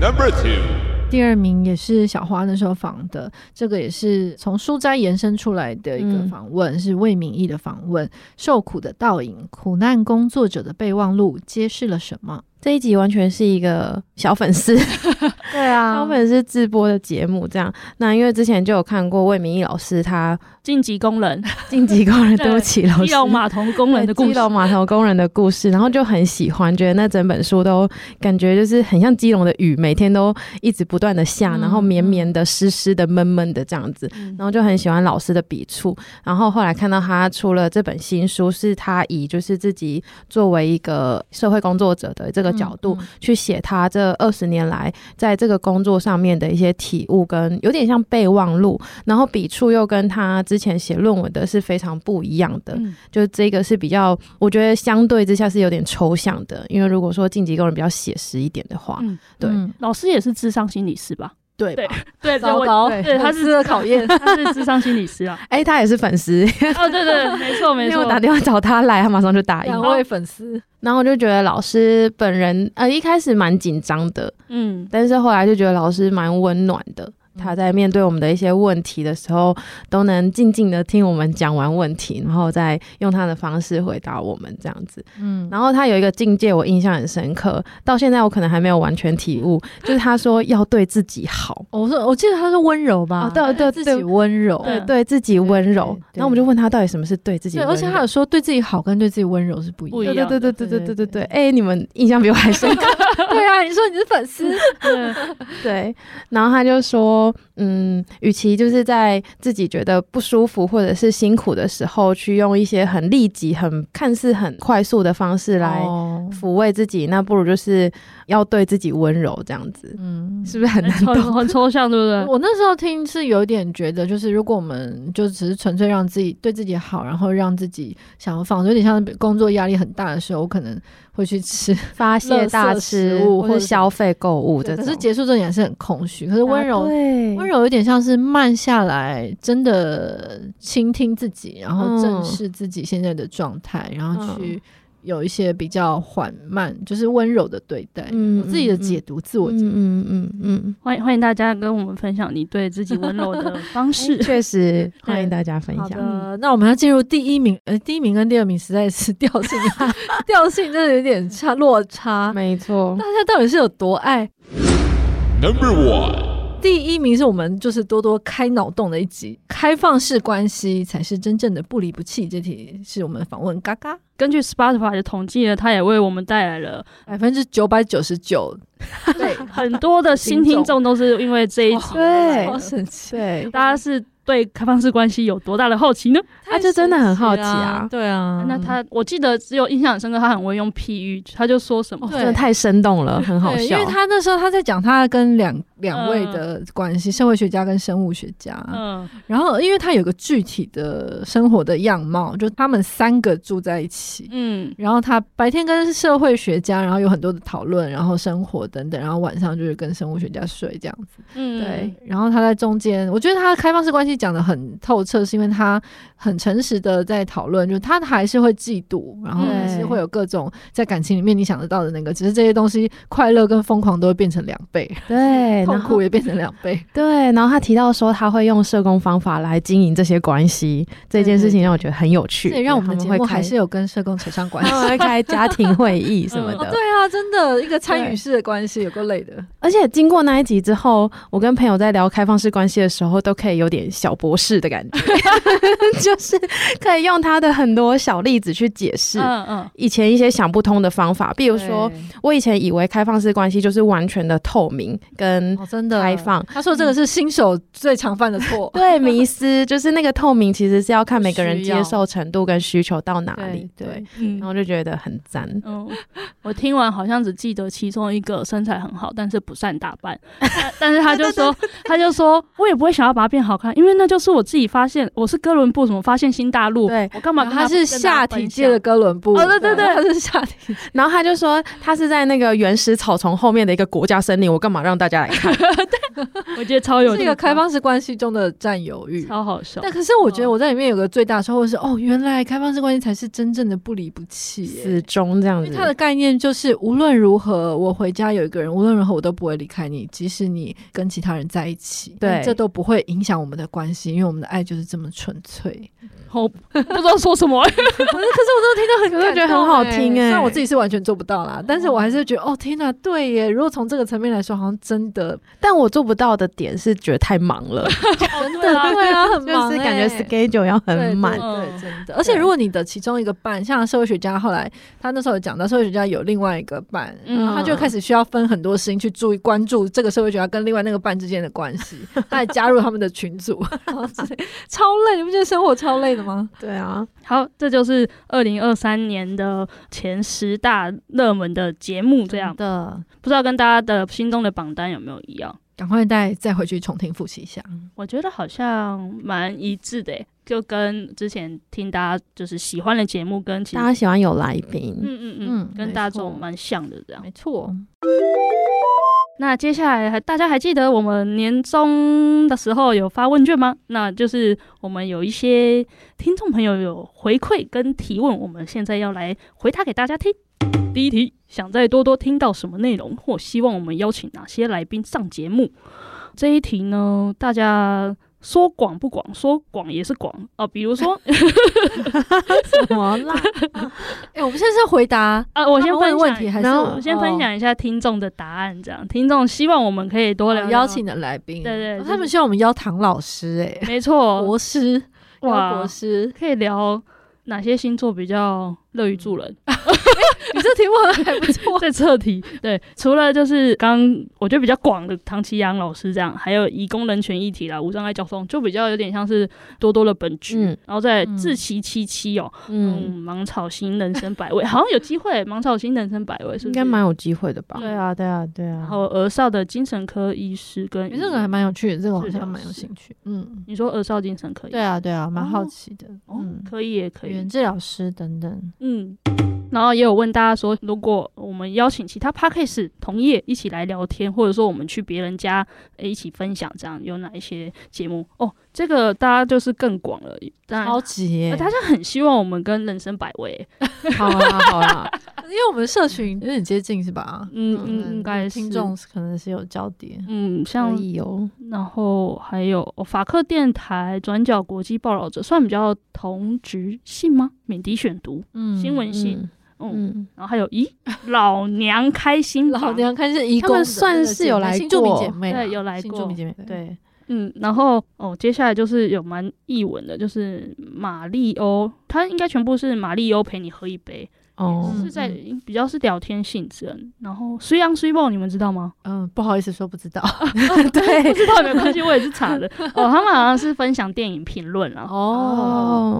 Speaker 4: Number two.
Speaker 3: 第二名也是小花那时候访的，这个也是从书斋延伸出来的一个
Speaker 2: 嗯
Speaker 3: 访问，是魏明义的访问，《受苦的倒影》，苦难工作者的备忘录揭示了什么？
Speaker 2: 这一集完全是一个小粉丝、
Speaker 3: 对啊
Speaker 2: 小粉丝自播的节目，这样。那因为之前就有看过魏明义老师他
Speaker 1: 晋级工人，
Speaker 2: 晋级工人，
Speaker 1: 对
Speaker 2: 对不起，老
Speaker 1: (laughs) 基隆
Speaker 2: 师。
Speaker 1: 码头工人的故
Speaker 2: 对基
Speaker 1: 事。
Speaker 2: 隆码头工人的故事，然后就很喜欢，觉得那整本书都感觉就是很像基隆的雨，每天都一直不断的下，
Speaker 3: 嗯
Speaker 2: 然后绵绵的、湿湿的、闷闷的这样子。
Speaker 1: 嗯
Speaker 2: 然后就很喜欢老师的笔触，然后后来看到他出了这本新书，是他以就是自己作为一个社会工作者的这个角
Speaker 1: 嗯
Speaker 2: 度、去写他这二十年来在这个工作上面的一些体悟，跟有点像备忘录，然后笔触又跟他之前写论文的是非常不一样的。
Speaker 1: 嗯
Speaker 2: 就是这个是比较，我觉得相对之下是有点抽象的，因为如果说晋级工人比较写实一点的话，
Speaker 1: 嗯，
Speaker 2: 对
Speaker 3: 嗯
Speaker 1: 老师也是智商心理师吧？
Speaker 2: 对吧
Speaker 1: 对对，
Speaker 3: 糟
Speaker 1: 我
Speaker 3: 糕
Speaker 1: 对，他
Speaker 3: 粉丝
Speaker 1: 是
Speaker 3: 的考
Speaker 1: (laughs)
Speaker 3: 验
Speaker 1: 他是智商心理师啊。
Speaker 2: 哎、他也是粉丝，
Speaker 1: 哦，对对，没错没
Speaker 2: 因为
Speaker 1: 错
Speaker 2: 我。打电话找他来，他马上就答应
Speaker 3: 两
Speaker 2: 了。
Speaker 3: 位粉丝，
Speaker 2: 然后我就觉得老师本人，呃，一开始蛮紧张的，
Speaker 1: 嗯，
Speaker 2: 但是后来就觉得老师蛮温暖的。他在面对我们的一些问题的时候，都能静静的听我们讲完问题，然后再用他的方式回答我们这样子。
Speaker 3: 嗯，
Speaker 2: 然后他有一个境界，我印象很深刻，到现在我可能还没有完全体悟，就是他说要对自己好，
Speaker 3: 我说我记得他是温柔吧，
Speaker 2: 哦对对
Speaker 3: 自
Speaker 2: 对
Speaker 3: 己温柔，
Speaker 1: 对
Speaker 2: 对自己温
Speaker 3: 对
Speaker 2: 柔
Speaker 3: 哦对。
Speaker 2: 然后我们就问他到底什么是对自己
Speaker 3: 对，
Speaker 2: 温柔，
Speaker 3: 而且他有说对自己好跟对自己温柔是不一
Speaker 1: 不
Speaker 3: 样
Speaker 1: 一
Speaker 3: 的。
Speaker 2: 对
Speaker 1: 样
Speaker 2: 对对对对
Speaker 3: 对
Speaker 2: 对
Speaker 3: 对
Speaker 2: 对对，哎、你们印象比我还深
Speaker 3: (laughs)
Speaker 2: 刻。
Speaker 3: 对啊，你说你是粉丝，
Speaker 1: 对
Speaker 2: 对，然后他就说，嗯，与其就是在自己觉得不舒服或者是辛苦的时候，去用一些很立即、很看似很快速的方式来
Speaker 3: 哦
Speaker 2: 抚慰自己，那不如就是要对自己温柔这样子，
Speaker 3: 嗯，
Speaker 2: 是不是很难
Speaker 1: 很抽
Speaker 2: 懂？
Speaker 1: 很抽象，对不
Speaker 2: 嗯
Speaker 1: 对？
Speaker 3: 我那时候听是有点觉得，就是如果我们就只是纯粹让自己对自己好，然后让自己想要放松，有点像工作压力很大的时候，我可能会去吃。
Speaker 2: 发
Speaker 3: 垃
Speaker 2: 泄
Speaker 3: 圾
Speaker 2: 大
Speaker 3: 食
Speaker 2: 吃
Speaker 3: 物
Speaker 2: 或
Speaker 3: 或者
Speaker 2: 是
Speaker 3: 什
Speaker 2: 消费购物这
Speaker 3: 可
Speaker 2: 种，
Speaker 3: 是结束之后你还是很空虚。可是温柔
Speaker 2: 啊，对
Speaker 3: 温柔有点像是慢下来，真的倾听自己，然后正
Speaker 2: 嗯
Speaker 3: 视自己现在的状态，然后
Speaker 2: 嗯
Speaker 3: 去有一些比较缓慢，就是温柔的对待。
Speaker 2: 嗯
Speaker 3: 我自己的解读，自我解
Speaker 2: 嗯嗯嗯嗯
Speaker 1: 欢迎欢迎大家跟我们分享你对自己温柔的方式
Speaker 2: (laughs) 嗯，。确
Speaker 3: (laughs)
Speaker 2: 实欢迎
Speaker 1: 对
Speaker 2: 大家分
Speaker 3: 好
Speaker 2: 享。
Speaker 3: 的，嗯那我们要进入第一名，呃，第一名跟第二名实在是 (laughs) 调性调性真的有点差落差。
Speaker 2: 没错
Speaker 3: 大，家到底是有多爱？
Speaker 4: Number one.
Speaker 3: 第一名是我们就是多多开脑洞的一集，开放式关系才是真正的不离不弃。这题是我们访问嘎嘎，
Speaker 1: 根据 Spotify 的统计呢，它也为我们带来了
Speaker 3: 百分之九百九十九，对，
Speaker 1: 很多的新听众，都是因为这一集。
Speaker 2: 对
Speaker 3: 好 (laughs) 神奇，
Speaker 2: 对，
Speaker 1: 大家是对开放式关系有多大的好奇呢？
Speaker 3: 啊
Speaker 2: 他就真的很好奇
Speaker 3: 太神奇了
Speaker 2: 啊，
Speaker 3: 对啊，
Speaker 1: 那他我记得只有印象很深刻，他很会用譬喻，他就说什么
Speaker 2: 哦，
Speaker 3: 对
Speaker 2: 真的太生动了，很好
Speaker 3: 对，因
Speaker 2: 笑
Speaker 3: 为。他那时候他在讲他跟两两位的关系，社会学家跟生物学家，
Speaker 1: 嗯，
Speaker 3: 然后，因为他有个具体的生活的样貌，就他们三个住在一起。
Speaker 1: 嗯，
Speaker 3: 然后他白天跟社会学家，然后有很多的讨论，然后生活等等，然后晚上就是跟生物学家睡这样子。
Speaker 1: 嗯，
Speaker 2: 对，
Speaker 3: 然后他在中间，我觉得他开放式关系讲的很透彻，是因为他很诚实的在讨论，就他还是会嫉妒，然后
Speaker 1: 对
Speaker 3: 还是会有各种在感情里面你想得到的那个，只是这些东西快乐跟疯狂都会变成两倍，
Speaker 2: 对，
Speaker 3: 痛
Speaker 2: 然
Speaker 3: 苦
Speaker 2: 后
Speaker 3: 也变成两倍。
Speaker 2: 对，然后他提到说他会用社工方法来经营这些关系，这件事情让我觉得很有趣。
Speaker 3: 这也让我们的
Speaker 2: 他
Speaker 3: 节
Speaker 2: 会
Speaker 3: 目
Speaker 2: 开
Speaker 3: 还是有跟社工扯上关系
Speaker 2: (laughs) 他。们会开家庭会议什么
Speaker 1: 嗯
Speaker 2: 的。
Speaker 3: (laughs) 对啊，真的一个参与
Speaker 2: 对
Speaker 3: 式的关系有够累的。
Speaker 2: 而且经过那一集之后，我跟朋友在聊开放式关系的时候，都可以有点小博士的感觉， (laughs) 就是可以用他的很多小例子去解释。
Speaker 1: 嗯嗯，
Speaker 2: 以前一些想不通的方法，比
Speaker 3: 比
Speaker 2: 如说，，我以前以为开放式关系就是完全的透明跟
Speaker 3: 哦，真的嗯
Speaker 2: 开。放，。
Speaker 3: 他说这个是新手最常犯的错
Speaker 2: 对，迷失就是那个透明，其实是要看每个人
Speaker 3: 需要
Speaker 2: 接受程度跟需求到哪里
Speaker 3: (laughs)
Speaker 2: (laughs) 对，
Speaker 3: 对。对，
Speaker 1: 嗯
Speaker 2: 然后就觉得很赞。
Speaker 1: 嗯，我听完好像只记得其中一个身材很好，但是不善打扮，但但是他就 (laughs) 说，他就说我也不会想要把它变好看，因为那就是我自己发现，我是哥伦布，怎么发现新大陆？
Speaker 2: 对
Speaker 1: 我干嘛
Speaker 3: 然
Speaker 1: 跟他？
Speaker 3: 后他是下体界的哥伦布。
Speaker 1: 哦对对对
Speaker 3: 他是下体。
Speaker 2: 然后他就说他是在那个原始草丛后面的一个国家森林，我干嘛让大家来看？
Speaker 1: 跟他，我觉得超有
Speaker 3: 哦这
Speaker 1: 趣
Speaker 3: 是一个开，放式关系中的占有欲。嗯
Speaker 1: 超好笑。
Speaker 3: 但可是我觉得我在里面有个最大的收获是，哦，原来开放式关系才是真正的不离不弃耶。
Speaker 2: (laughs) 死忠这样
Speaker 3: 因为
Speaker 2: 子。
Speaker 3: 他的概念就是，无论如何，我回家有一个人，无论如何我都不会离开你，即使你跟其他人在一起，
Speaker 2: 对
Speaker 3: 但这都不会影响我们的关系，因为我们的爱就是这么纯粹。
Speaker 1: 我不知道说什 (laughs) 么，
Speaker 3: 可是，可是我真的听到很
Speaker 2: 可是我觉得
Speaker 3: 感动
Speaker 2: 很好
Speaker 3: 欸
Speaker 2: 听欸
Speaker 3: 虽然我自己是完全做不到啦，但是我还是觉得，哦，天哪，对耶！如果从这个层面来说，好像真的，
Speaker 2: 但我做不到的点是觉得太忙 (laughs) 了，
Speaker 1: 真
Speaker 3: 对啊，对啊，很
Speaker 2: 就
Speaker 3: 忙
Speaker 2: 是
Speaker 3: 欸
Speaker 2: 感觉 schedule 要
Speaker 3: 对
Speaker 2: 很满
Speaker 3: 对。
Speaker 1: 嗯
Speaker 3: 对，真的。而且如果你的其中一个伴，像社会学家，后来他那时候有讲到，社会学家有另外个伴，
Speaker 1: 嗯
Speaker 3: 他就开始需要分很多事情去注意关注这个社会学家跟另外那个伴之间的关系，他也加入他们的群组，然后之类，超累，你不觉得生活超累的吗？
Speaker 2: 对啊，
Speaker 1: 好，这就是二零二三年的前十大热门的节目，这样
Speaker 2: 真的，
Speaker 1: 不知道跟大家的心中的榜单有没有一样？
Speaker 3: 赶快再再回去重听复习一下。
Speaker 1: 我觉得好像蛮一致的、欸，就跟之前听大家就是喜欢的节目跟其实
Speaker 2: 大家喜欢有来宾，
Speaker 1: 嗯嗯嗯
Speaker 3: 嗯，
Speaker 1: 跟
Speaker 3: 没
Speaker 1: 大
Speaker 3: 错
Speaker 1: 众蛮像的这样。
Speaker 3: 没错，
Speaker 1: 那接下来还大家还记得我们年终的时候有发问卷吗？那就是我们有一些听众朋友有回馈跟提问，我们现在要来回答给大家听。第一题，想再多多听到什么内容，或希望我们邀请哪些来宾上节目？这一题呢，大家说广不广？说广也是广哦、比如
Speaker 3: (laughs)
Speaker 1: 说， (laughs)
Speaker 2: 什么啦？
Speaker 3: 哎、我们现在是回答
Speaker 1: 啊，我先
Speaker 3: 他
Speaker 1: 分
Speaker 3: 们问问
Speaker 1: 享
Speaker 3: 题，还是
Speaker 2: 然后
Speaker 1: 我先分
Speaker 3: 哦
Speaker 1: 享一下听众的答案，这样听众希望我们可以多聊聊
Speaker 3: 哦邀请的来宾？
Speaker 1: 对对
Speaker 3: 哦
Speaker 1: 就是
Speaker 3: 他们希望我们邀唐老师、哎、
Speaker 1: 没错，
Speaker 3: 国师，
Speaker 1: 哇
Speaker 3: 邀国
Speaker 1: (laughs)
Speaker 3: 师，
Speaker 1: 可以聊哪些星座比较乐于助人？
Speaker 3: 你这题目好像还 (laughs) 不
Speaker 1: (laughs)
Speaker 3: 嗯错。
Speaker 1: 在彻底对，除了就是刚我觉得比较广的唐奇阳老师这样，还有以工人权议题啦、无障碍交通，就比较有点像是多多的本质。
Speaker 2: 嗯
Speaker 1: 然后再
Speaker 3: 嗯
Speaker 1: 自欺七七哦，嗯，
Speaker 2: 嗯，
Speaker 1: 芒草新人生百味，好像有机会，芒草新人生百味是
Speaker 2: 应
Speaker 1: 不
Speaker 2: 该
Speaker 1: 是？
Speaker 2: 蛮有机会的吧？
Speaker 1: 对
Speaker 2: 啊，对啊，对啊
Speaker 1: 然后儿少的精神科医师跟
Speaker 3: 你这个还蛮有趣的，这个我好
Speaker 1: 是的
Speaker 3: 像蛮有
Speaker 1: 是
Speaker 3: 兴趣。嗯，
Speaker 1: 你说儿少精神科医师
Speaker 3: 对啊，对啊，蛮好
Speaker 1: 哦
Speaker 3: 奇的。
Speaker 1: 哦
Speaker 3: 嗯，
Speaker 1: 可以也可
Speaker 3: 语
Speaker 1: 以
Speaker 3: 言，治疗师等等。
Speaker 1: 嗯，然后也有问大家说，如果我们邀请其他 p a c k a g e 同业一起来聊天，或者说我们去别人家、呃一起分享，这样有哪一些节目？哦，这个大家就是更广了，当然。
Speaker 2: 超
Speaker 1: (laughs)
Speaker 2: 级耶
Speaker 1: 呃大家很希望我们跟人生百味，
Speaker 2: 好
Speaker 1: 啊
Speaker 2: 啦好啦，
Speaker 3: (laughs) 因为我们社群有点接近，是吧？
Speaker 1: 嗯
Speaker 3: 可
Speaker 1: 嗯
Speaker 3: 能
Speaker 1: 应该是
Speaker 3: 听众可能是有交叠。
Speaker 1: 嗯，
Speaker 2: 可
Speaker 1: 像
Speaker 2: 以哦。
Speaker 1: 然后还有、哦法克电台、转角国际报道者，算比较同职性吗？敏迪选读、
Speaker 3: 嗯
Speaker 1: 新闻性，
Speaker 2: 嗯
Speaker 1: 嗯，
Speaker 2: 嗯，
Speaker 1: 然后还有咦，老娘开心吧，
Speaker 3: 老娘看是一
Speaker 2: 他们算是有来
Speaker 3: 新著名
Speaker 2: 过
Speaker 3: 姐妹啦，啊
Speaker 1: 对有来
Speaker 3: 新
Speaker 1: 过
Speaker 3: 著名姐妹，对，
Speaker 2: 对，
Speaker 1: 嗯，然后哦，接下来就是有蛮译文的，就是马里欧，它应该全部是马里欧陪你喝一杯，
Speaker 2: 哦，
Speaker 1: 是在比较是聊天性质的。然后虽阳虽报你们知道吗？
Speaker 3: 嗯，不好意思说不知道。 (laughs)
Speaker 1: 不知道没关系，我也是查的。哦，他们好像是分享电影评论啦。哦，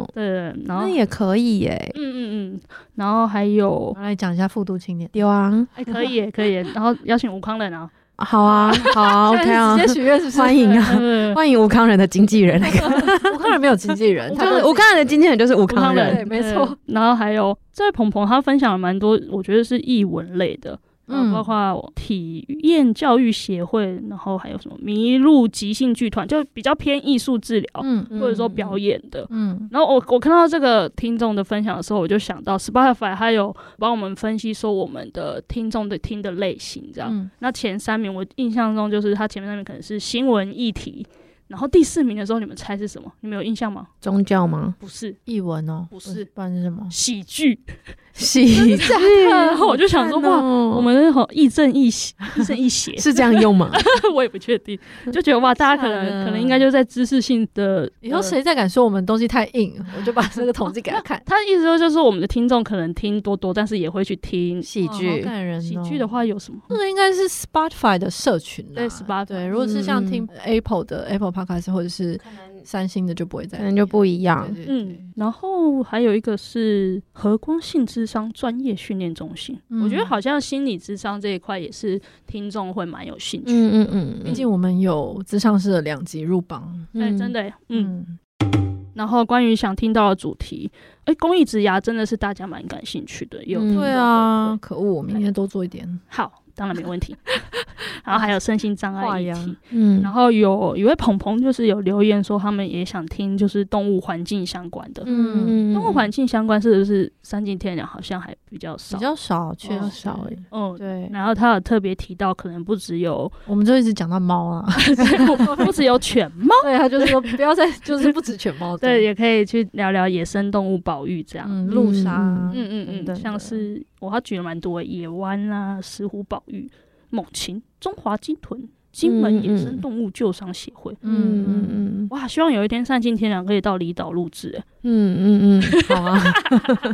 Speaker 2: 哦，
Speaker 1: 对，对然后
Speaker 2: 那
Speaker 1: 嗯
Speaker 2: 也可以耶。
Speaker 1: 嗯嗯，然后还有
Speaker 3: 我。们来讲一下复读青年。
Speaker 2: 有啊，
Speaker 1: 哎、可以耶，可以耶，然后邀请吴康人啊，
Speaker 2: 好
Speaker 3: (laughs)
Speaker 2: 啊，好啊，OK 啊
Speaker 3: 现在，是直接许愿是不是？
Speaker 2: 欢迎啊，
Speaker 1: 对
Speaker 2: 欢迎吴康仁的经纪人来看，
Speaker 3: (laughs) 我看人没有经纪人，
Speaker 1: 我
Speaker 3: 他
Speaker 1: 看
Speaker 2: (laughs) 就
Speaker 1: 人
Speaker 2: 是吴康仁的经纪人就是 (laughs) 吴康仁，
Speaker 3: 人对没错。
Speaker 1: 然后还有这位鹏鹏，他分享了蛮多，我觉得是译文类的，嗯，
Speaker 3: 嗯
Speaker 1: 包括体验教育协会，然后还有什么麋鹿即兴剧团，就比较偏艺术治疗、
Speaker 3: 嗯嗯
Speaker 1: 或者说表演的。
Speaker 3: 嗯
Speaker 1: 然后我我看到这个听众的分享的时候，我就想到 Spotify 它有帮我们分析说我们的听众的听的类型这样。
Speaker 3: 嗯
Speaker 1: 那前三名我印象中就是它前面三名可能是新闻议题，然后第四名的时候你们猜是什么？你们有印象吗？
Speaker 2: 宗教吗？
Speaker 3: (laughs)
Speaker 1: 不是
Speaker 3: 译文哦，
Speaker 1: 不是
Speaker 3: 不然是什么？
Speaker 1: 喜
Speaker 3: (laughs)
Speaker 1: 剧。
Speaker 2: 喜剧，
Speaker 1: (laughs) 然后我就想说哇，
Speaker 3: 哦
Speaker 1: 我
Speaker 2: 我
Speaker 1: 们那种亦正亦邪，亦正亦邪，
Speaker 2: 是这样用吗？
Speaker 1: 我也不确定，就觉得哇，大家
Speaker 3: (laughs)
Speaker 1: 可
Speaker 3: 吓
Speaker 1: 能
Speaker 3: 人
Speaker 1: 可能应该就在知识性的
Speaker 3: 以后。谁再敢说我们东西太硬， (laughs) 我就把这个统计给他看
Speaker 1: 呃。他的意思说就是我们的听众可能听多多，但是也会去听
Speaker 2: 喜
Speaker 3: 哇好
Speaker 2: 剧，
Speaker 3: 感人哦。
Speaker 1: 喜剧的话有什么？
Speaker 3: 这个应该是 Spotify 的社群、啊，
Speaker 1: 嗯对，Spotify
Speaker 3: 对，如果是像
Speaker 2: 嗯
Speaker 3: 听 Apple 的 Apple Podcast 或者是三星的，就不会再
Speaker 2: 可能就不一样。
Speaker 3: 对对对
Speaker 1: 嗯，然后还有一个是和光性智商专业训练中心，
Speaker 3: 嗯
Speaker 1: 我觉得好像心理智商这一块也是听众会蛮有兴趣。
Speaker 2: 嗯嗯嗯，
Speaker 3: 毕竟我们有智商师的两集入榜，
Speaker 1: 哎、真的耶、嗯。
Speaker 3: 嗯，
Speaker 1: 然后关于想听到的主题，哎、公益职涯真的是大家蛮感兴趣的，也有
Speaker 2: 嗯
Speaker 1: 听众
Speaker 3: 对
Speaker 1: 回馈
Speaker 3: 啊，可恶，我明天多做一点，
Speaker 1: 好，当然没问
Speaker 3: (laughs)
Speaker 1: 题。然后还有身心障碍
Speaker 3: 画
Speaker 1: 议题
Speaker 3: 押，
Speaker 2: 嗯，
Speaker 1: 然后有一位鹏鹏就是有留言说，他们也想听就是动物环境相关的。
Speaker 3: 嗯，
Speaker 1: 动物环境相关是不是三井天然好像还比较
Speaker 3: 比
Speaker 1: 少？
Speaker 3: 较少，欸
Speaker 2: 比
Speaker 3: 确
Speaker 2: 较
Speaker 3: 实
Speaker 2: 少耶，
Speaker 1: 嗯，
Speaker 3: 对，
Speaker 1: 然后他有特别提到，可能不只有
Speaker 3: 我们就一直讲到猫啊，
Speaker 1: 不只有犬猫，
Speaker 3: 对，他就是说不要再， (laughs) 就是不止犬猫，
Speaker 1: 对，，也可以去聊聊野生动物保育这样。
Speaker 3: 嗯，路杀，
Speaker 1: (laughs) 嗯
Speaker 2: 嗯
Speaker 1: 嗯
Speaker 3: 等
Speaker 1: 嗯，
Speaker 3: 等
Speaker 1: 像
Speaker 3: 的
Speaker 1: 是我他举了蛮多的野湾啊、石虎保育、猛禽、中华金豚、金门野
Speaker 2: 嗯嗯
Speaker 1: 生动物救伤协会。
Speaker 2: 嗯
Speaker 3: 嗯
Speaker 2: 嗯
Speaker 3: 嗯
Speaker 2: 嗯
Speaker 1: 哇，希望有一天散尽天良可以到离岛录制、欸。
Speaker 2: 嗯嗯嗯，好啊，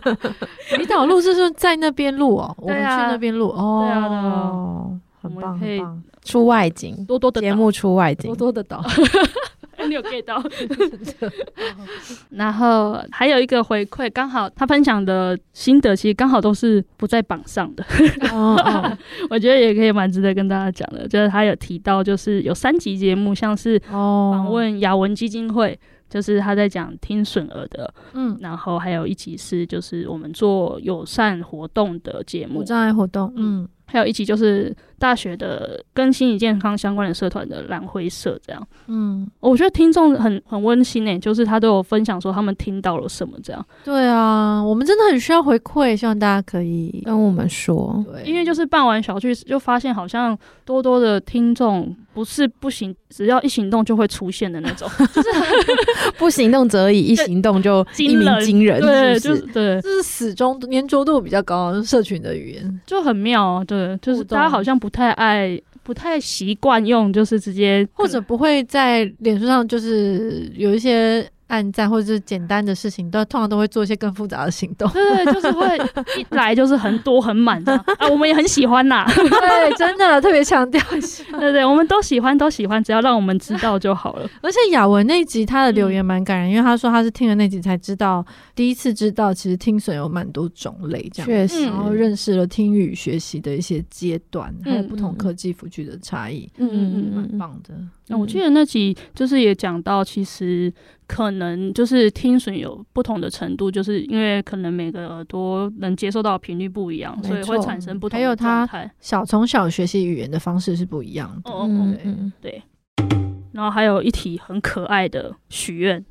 Speaker 3: 嗯，离岛路是说在那边录哦，我们去
Speaker 1: 对啊
Speaker 3: 那边录哦，
Speaker 1: 对啊对啊
Speaker 3: 很
Speaker 1: 我
Speaker 3: 棒
Speaker 1: 们可
Speaker 3: 很
Speaker 1: 以
Speaker 3: 棒，
Speaker 2: 嗯哦出外景，
Speaker 1: 多多的
Speaker 2: 节
Speaker 1: 岛，
Speaker 2: 目出外景
Speaker 3: 多，多的岛，
Speaker 1: 你有 get 到？ (laughs) 然后还有一个回馈，刚好他分享的心得，其实刚好都是不在榜上的， (laughs)
Speaker 2: 哦哦
Speaker 1: 我觉得也可以蛮值得跟大家讲的。就是他有提到，就是有三集节目，像是
Speaker 3: (laughs) 哦
Speaker 1: 访问雅文基金会，就是他在讲听损儿的，
Speaker 3: 嗯，
Speaker 1: 然后还有一集是就是我们做友善活动的节
Speaker 3: 无
Speaker 1: 目，
Speaker 3: 障碍活动，嗯
Speaker 1: 还有一集就是大学的跟心理健康相关的社团的蓝灰社这样。哦
Speaker 3: 嗯，
Speaker 1: 我觉得听众很很温馨诶、就是他都有分享说他们听到了什么这样，
Speaker 3: 对啊，我们真的很需要回馈，希望大家可以，
Speaker 2: 跟我们说，
Speaker 3: 对，
Speaker 1: 因为就是办完小聚就发现好像多多的听众不是不行，只要一行动就会出现的那
Speaker 3: (laughs)
Speaker 1: 种，
Speaker 2: 不行动则已，一行动就一
Speaker 1: 惊
Speaker 2: 鸣
Speaker 1: 人
Speaker 2: 惊人，
Speaker 1: 对，
Speaker 2: 是不
Speaker 1: 就是是对，
Speaker 3: 这是始终粘着度比较高的社群的语言，
Speaker 1: 就很妙哦，对，就是
Speaker 3: 互动
Speaker 1: 大家好像不太爱、不太习惯用，就是直接。
Speaker 3: 或者不会在脸书上就是有一些暗赞或者是简单的事情，都通常都会做一些更复杂的行动
Speaker 2: (laughs)
Speaker 1: 对对，就是会一来就是很多很满这样啊，我们也很喜欢呐，
Speaker 3: 对，真的特别
Speaker 2: (laughs)
Speaker 3: 强调一下。
Speaker 1: 对对，我们都喜欢都喜欢，只要让我们知道就好了。
Speaker 3: 而且雅文那集他的留言蛮感人，因为他说他是听了那集才知道，第一次知道其实听损有蛮多种类这样。
Speaker 2: 确
Speaker 1: 嗯
Speaker 2: 实
Speaker 3: 然，后认识了听语学习的一些阶段，还有
Speaker 1: 嗯
Speaker 3: 不同科技辅具的差异，
Speaker 2: 嗯
Speaker 3: 蛮棒的。
Speaker 1: 那我记得那集就是也讲到，其实可能就是听损有不同的程度，就是因为可能每个耳朵能接受到的频率不一样，
Speaker 2: 没
Speaker 1: 所以会
Speaker 2: 错
Speaker 1: 产生不同
Speaker 3: 还有
Speaker 1: 的状
Speaker 3: 它
Speaker 1: 态。
Speaker 3: 小从小学习语言的方式是不一样的。
Speaker 1: 哦
Speaker 2: 嗯
Speaker 1: 哦，
Speaker 2: 嗯嗯
Speaker 1: 对。然后还有一题很可爱的许愿，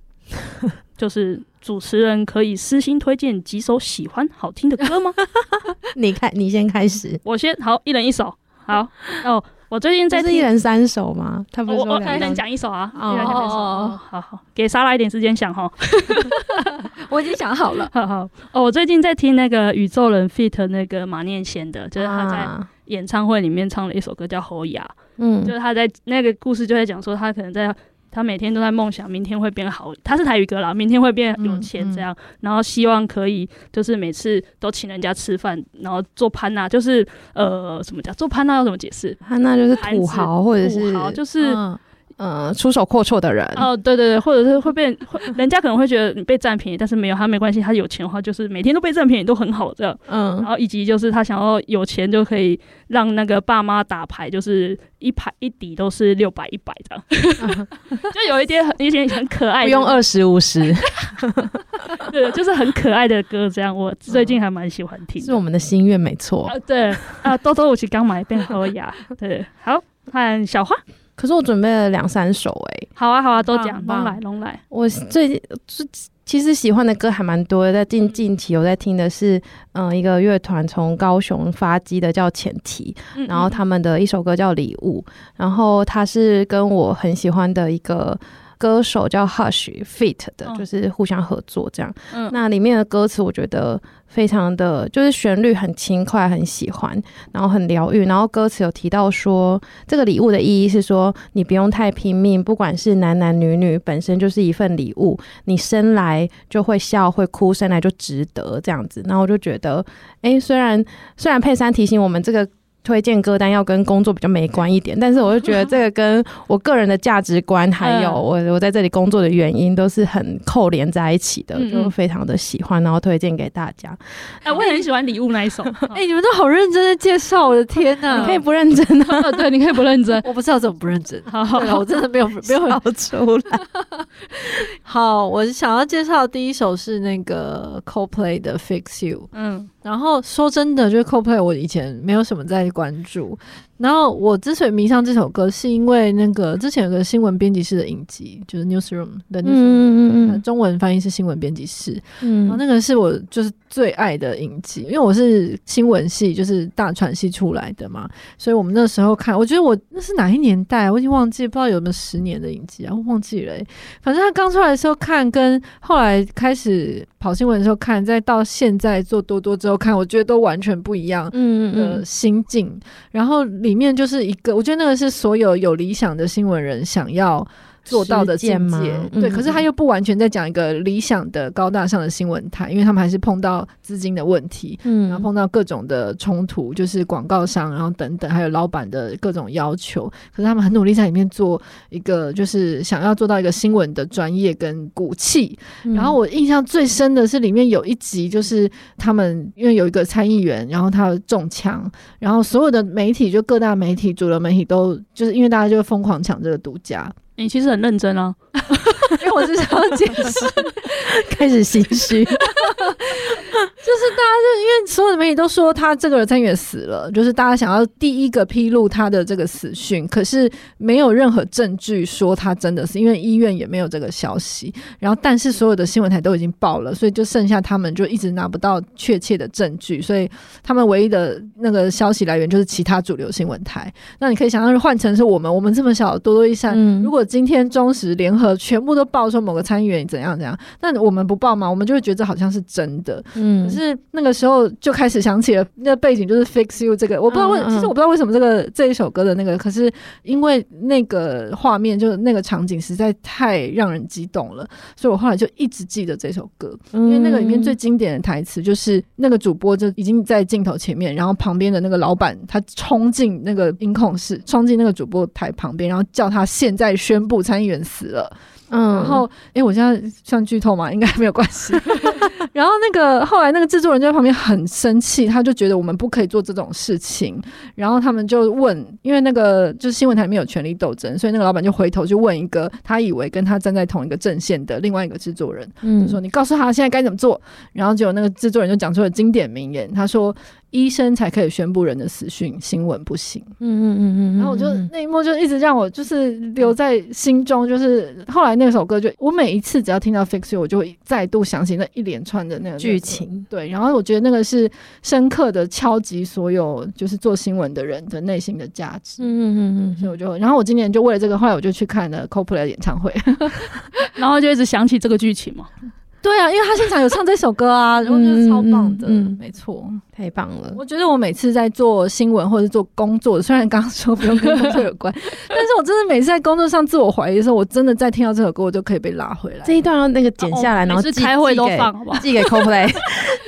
Speaker 1: 就是主持人可以私心推荐几首喜欢好听的歌吗？
Speaker 2: 嗯 (laughs) 你开，你先开始。
Speaker 1: 我先好，一人一首。好哦，我最近
Speaker 2: 这
Speaker 1: 在
Speaker 2: 是一
Speaker 1: 听。
Speaker 2: 人三首吗？他不
Speaker 1: 我
Speaker 2: 是
Speaker 1: 我
Speaker 2: 说
Speaker 1: 一
Speaker 2: 两
Speaker 1: 人
Speaker 2: 人
Speaker 1: 哦讲一首啊，
Speaker 2: 哦
Speaker 1: 一人讲一首，
Speaker 3: 哦
Speaker 1: 哦好好，给莎拉一点时间想哈。 (laughs)
Speaker 3: 我已经想好了，
Speaker 1: 好好哦，我最近在听那个宇宙人 fit 那个马念先的，就是他在
Speaker 2: 啊
Speaker 1: 演唱会里面唱了一首歌叫《侯雅》，
Speaker 2: 嗯
Speaker 1: 就是他在那个故事就在讲说他可能在。他每天都在梦想，明天会变好。他是台语歌啦，明天会变有
Speaker 2: 嗯
Speaker 1: 钱这样，然后希望可以就是每次都请人家吃饭，然后做潘娜，就是呃，怎么讲？做潘娜要怎么解释？
Speaker 2: 他那就是
Speaker 1: 盘子
Speaker 2: 土豪或者是
Speaker 1: 土豪就是
Speaker 3: 嗯
Speaker 2: 呃出手阔绰的人。
Speaker 1: 哦，对对对，或者是会被会人家可能会觉得你被占便宜，但是没有他没关系，他有钱的话就是每天都被占便宜都很好这样。然
Speaker 2: 嗯，
Speaker 1: 后以及就是他想要有钱就可以让那个爸妈打牌，就是一排一底都是六百一百这样，
Speaker 2: (laughs)
Speaker 1: 就有一点很一些很可爱
Speaker 2: 不
Speaker 1: 的，
Speaker 2: 用二十五十，
Speaker 1: 对，就是很可爱的歌这样，我最近还蛮喜欢听
Speaker 2: 嗯是
Speaker 1: 的。
Speaker 2: 我们的心愿没错。
Speaker 1: 啊，对啊，多多我去刚买一遍喝雅，对，好，看小花，
Speaker 2: 可是我准备了两三首哎、
Speaker 1: 好啊好啊，都讲
Speaker 3: 很棒
Speaker 1: 龙来龙来，
Speaker 2: 我最近最其实喜欢的歌还蛮多的，在
Speaker 1: 嗯
Speaker 2: 近近期我在听的是嗯、呃一个乐团从高雄发迹的叫前提，
Speaker 1: 嗯
Speaker 2: 然
Speaker 1: 嗯
Speaker 2: 后他们的一首歌叫《礼物》，然后他是跟我很喜欢的一个歌手叫 Hush Fit 的，
Speaker 1: 嗯
Speaker 2: 就是互相合作这样。
Speaker 1: 嗯
Speaker 2: 那里面的歌词我觉得非常的，就是旋律很轻快，很喜欢，然后很疗愈。然后歌词有提到说，这个礼物的意义是说，你不用太拼命，不管是男男女女，本身就是一份礼物，你生来就会笑会哭，生来就值得这样子。然后我就觉得，诶，虽然虽然佩珊提醒我们这个。推荐歌单要跟工作比较没关一点，但是我就觉得这个跟我个人的价值观，还有
Speaker 1: 嗯
Speaker 2: 我我在这里工作的原因，都是很扣连在一起的，
Speaker 1: 嗯嗯
Speaker 2: 就非常的喜欢，然后推荐给大家。
Speaker 1: 哎，我也很喜欢礼物那一 (laughs) 首，
Speaker 3: (laughs) 哎、你们都好认真的介绍，我的天
Speaker 2: 你
Speaker 3: 呐！
Speaker 2: 可以不认真啊，
Speaker 1: 哦对，你可以不认真，
Speaker 3: (laughs) 我不知道怎么不认真。
Speaker 1: 好好
Speaker 3: 对啊了，我真
Speaker 2: (laughs)
Speaker 3: 的没有没有
Speaker 2: 笑出来。
Speaker 3: 好。我想要介绍的第一首是那个 Coldplay 的 Fix You。
Speaker 1: 嗯
Speaker 3: 然后说真的，就是 Coldplay 我以前没有什么在关注。然后我之所以迷上这首歌，是因为那个之前有个新闻编辑室的影集，就是 Newsroom 的 Newsroom，、
Speaker 2: 嗯
Speaker 3: 呃中文翻译是新闻编辑室。
Speaker 2: 嗯
Speaker 3: 然后那个是我就是最爱的影集，因为我是新闻系，就是大传系出来的嘛，所以我们那时候看，我觉得我那是哪一年代啊，我已经忘记，不知道有没有十年的影集啊，我忘记了欸、反正他刚出来的时候看，跟后来开始跑新闻的时候看，再到现在做多多之后看，我觉得都完全不一样。
Speaker 2: 嗯
Speaker 3: 的心境，然后里里面就是一个，我觉得那个是所有有理想的新闻人想要做到的
Speaker 2: 实践
Speaker 3: 境
Speaker 2: 吗
Speaker 3: 界。
Speaker 2: 嗯
Speaker 3: 对，可是他又不完全在讲一个理想的高大上的新闻台，因为他们还是碰到资金的问题，然后
Speaker 2: 嗯
Speaker 3: 碰到各种的冲突，就是广告商，然后等等，还有老板的各种要求。可是他们很努力在里面做一个，就是想要做到一个新闻的专业跟骨气。
Speaker 2: 嗯
Speaker 3: 然后我印象最深的是里面有一集，就是他们因为有一个参议员，然后他中枪，然后所有的媒体就各大媒体、主流媒体都就是因为大家就会疯狂抢这个独家，
Speaker 1: 你其实很认真啊，
Speaker 3: 因为我是想要解释。
Speaker 2: 开始心 (laughs) 虚，
Speaker 3: 所有的媒体都说他这个参议员死了，就是大家想要第一个披露他的这个死讯，可是没有任何证据说他真的是，因为医院也没有这个消息。然后，但是所有的新闻台都已经报了，所以就剩下他们就一直拿不到确切的证据，所以他们唯一的那个消息来源就是其他主流新闻台。那你可以想象，换成是我们，我们这么小，多多益善，
Speaker 2: 嗯
Speaker 3: 如果今天中时联合全部都报说某个参议员怎样怎样，那我们不报嘛，我们就会觉得这好像是真的。
Speaker 2: 嗯
Speaker 3: 可是那个时候就开始想起了那背景就是 Fix You 这个，我不知道为，
Speaker 2: 嗯嗯
Speaker 3: 其实我不知道为什么这个这一首歌的那个，可是因为那个画面就是那个场景实在太让人激动了，所以我后来就一直记得这首歌，因为那个里面
Speaker 2: 嗯
Speaker 3: 最经典的台词就是那个主播就已经在镜头前面，然后旁边的那个老板他冲进那个音控室，冲进那个主播台旁边，然后叫他现在宣布参议员死了。
Speaker 2: 嗯
Speaker 3: 然后，哎、我现在算剧透吗？应该 (laughs) 没有关系。然后那个后来那个制作人就在旁边很生气，他就觉得我们不可以做这种事情。然后他们就问，因为那个就是新闻台里面有权力斗争，所以那个老板就回头去问一个他以为跟他站在同一个阵线的另外一个制作人，
Speaker 2: 嗯
Speaker 3: 就说你告诉他现在该怎么做。然后结果那个制作人就讲出了经典名言，他说：“医生才可以宣布人的死讯，新闻不行。”
Speaker 2: 嗯嗯嗯嗯，
Speaker 3: 然后我就那一幕就一直让我就是留在心中，就是后来那首歌就我每一次只要听到 Fix You，我就会再度想起那一连串的那个
Speaker 2: 剧。情，
Speaker 3: 对，然后我觉得那个是深刻的敲击所有就是做新闻的人的内心的价值。
Speaker 2: 嗯嗯
Speaker 3: 所以我就，然后我今年就为了这个，后来我就去看了 Coldplay 的演唱会。 (laughs)
Speaker 1: 然后就一直想起这个剧情嘛。
Speaker 3: 对啊，因为他现场有唱这首歌啊，然后就是超棒的，
Speaker 2: 嗯嗯嗯
Speaker 3: 没错。
Speaker 2: 太棒了，
Speaker 3: 我觉得我每次在做新闻或者做工作，虽然刚刚说不用跟工作
Speaker 1: (laughs)
Speaker 3: 有关，但是我真的每次在工作上自我怀疑的时候，我真的在听到这首歌，我就可以被拉回
Speaker 1: (laughs)
Speaker 3: 来
Speaker 2: 这。一段要那个剪下来，
Speaker 1: 哦
Speaker 2: 然
Speaker 1: 每
Speaker 2: 后
Speaker 1: 次
Speaker 2: 寄
Speaker 1: 开会都，放，
Speaker 2: 寄
Speaker 1: 好不好？
Speaker 2: 给 (laughs) 寄给 CoPlay，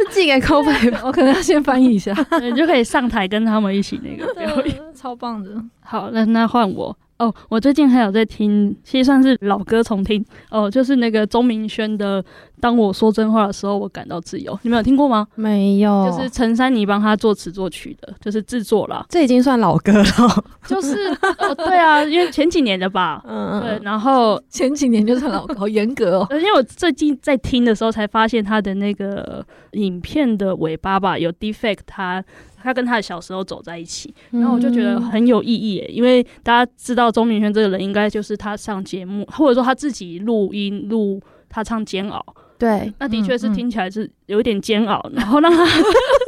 Speaker 2: 寄
Speaker 3: (laughs)
Speaker 2: 给 CoPlay 吧。
Speaker 3: 我可能要先翻译
Speaker 1: (laughs)
Speaker 3: 一下，
Speaker 1: 对你就可以上台跟他们一起那
Speaker 2: (laughs)
Speaker 1: 个表演。
Speaker 3: 超棒的。
Speaker 1: 好，那那换我哦。我最近还有在听，其实算是老歌重听哦，就是那个钟明轩的《当我说真话的时候，我感到自由》，你们有听过吗？
Speaker 2: 没有，。
Speaker 1: 就是陈珊妮帮他作词作曲的，就是制作啦
Speaker 2: (laughs) 这已经算老歌了。
Speaker 1: 就是哦，对啊，因为前几年的吧。
Speaker 2: 嗯
Speaker 1: 对，，然后
Speaker 3: 前几年就是老好严格哦。
Speaker 1: 呃因为我最近在听的时候才发现他的那个影片的尾巴吧有 defect，他他跟他的小时候走在一起，然后我就觉
Speaker 2: 嗯
Speaker 3: 嗯
Speaker 1: 得很有意义耶，因为大家知道钟明轩这个人，应该就是他上节目，或者说他自己录音录他唱《煎熬》，
Speaker 2: 对，
Speaker 1: 那的确是
Speaker 3: 嗯嗯
Speaker 1: 听起来是有一点煎熬，然后让他 (laughs)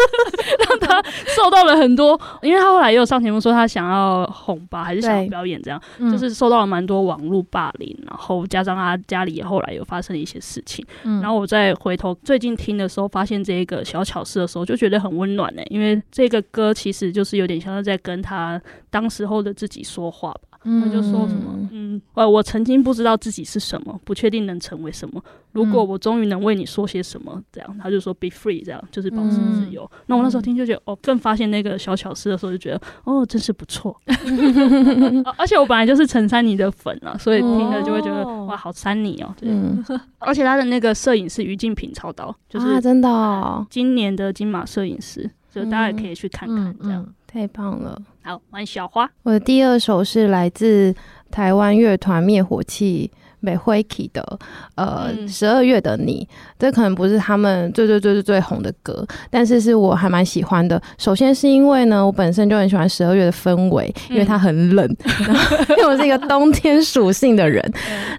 Speaker 1: 让他受到了很多，因为他后来也有上节目说他想要红吧，还是想要
Speaker 2: 对
Speaker 1: 表演这样，
Speaker 3: 嗯
Speaker 1: 就是受到了蛮多网络霸凌，然后加上他家里也后来有发生一些事情。
Speaker 3: 嗯
Speaker 1: 然后我再回头最近听的时候，发现这一个小巧事的时候，就觉得很温暖呢、欸因为这个歌其实就是有点像是在跟他当时候的自己说话吧。他
Speaker 3: 他
Speaker 1: 就说什么，嗯，呃，我曾经不知道自己是什么，不确定能成为什么。如果
Speaker 3: 嗯
Speaker 1: 我终于能为你说些什么，这样，他就说 be free，这样就是保持自
Speaker 3: 嗯
Speaker 1: 由。那我那时候听就觉得，哦，更发现那个小巧事的时候，就觉得，哦，真是不
Speaker 2: (laughs)
Speaker 1: 错。啊而且我本来就是陈珊妮的粉啊，所以听了就会觉得，
Speaker 2: 哦
Speaker 1: 哇，好珊妮哦。对。
Speaker 2: 嗯
Speaker 1: 而且他的那个摄影是于静平操刀，就
Speaker 2: 啊，
Speaker 1: 是
Speaker 2: 真的哦，
Speaker 1: 今年的金马摄影师，所以大家也
Speaker 2: 嗯
Speaker 1: 可以去看
Speaker 3: 嗯
Speaker 1: 看这样。
Speaker 2: 太棒了。
Speaker 1: 好，玩小花，
Speaker 2: 我的第二首是来自台湾乐团灭火器。美辉 k 的呃
Speaker 1: 嗯
Speaker 2: 十二月的你，这可能不是他们最最最最最红的歌，但是是我还蛮喜欢的。首先是因为呢，我本身就很喜欢十二月的氛围，因为它很冷，然后因为我是一个冬天属性的人。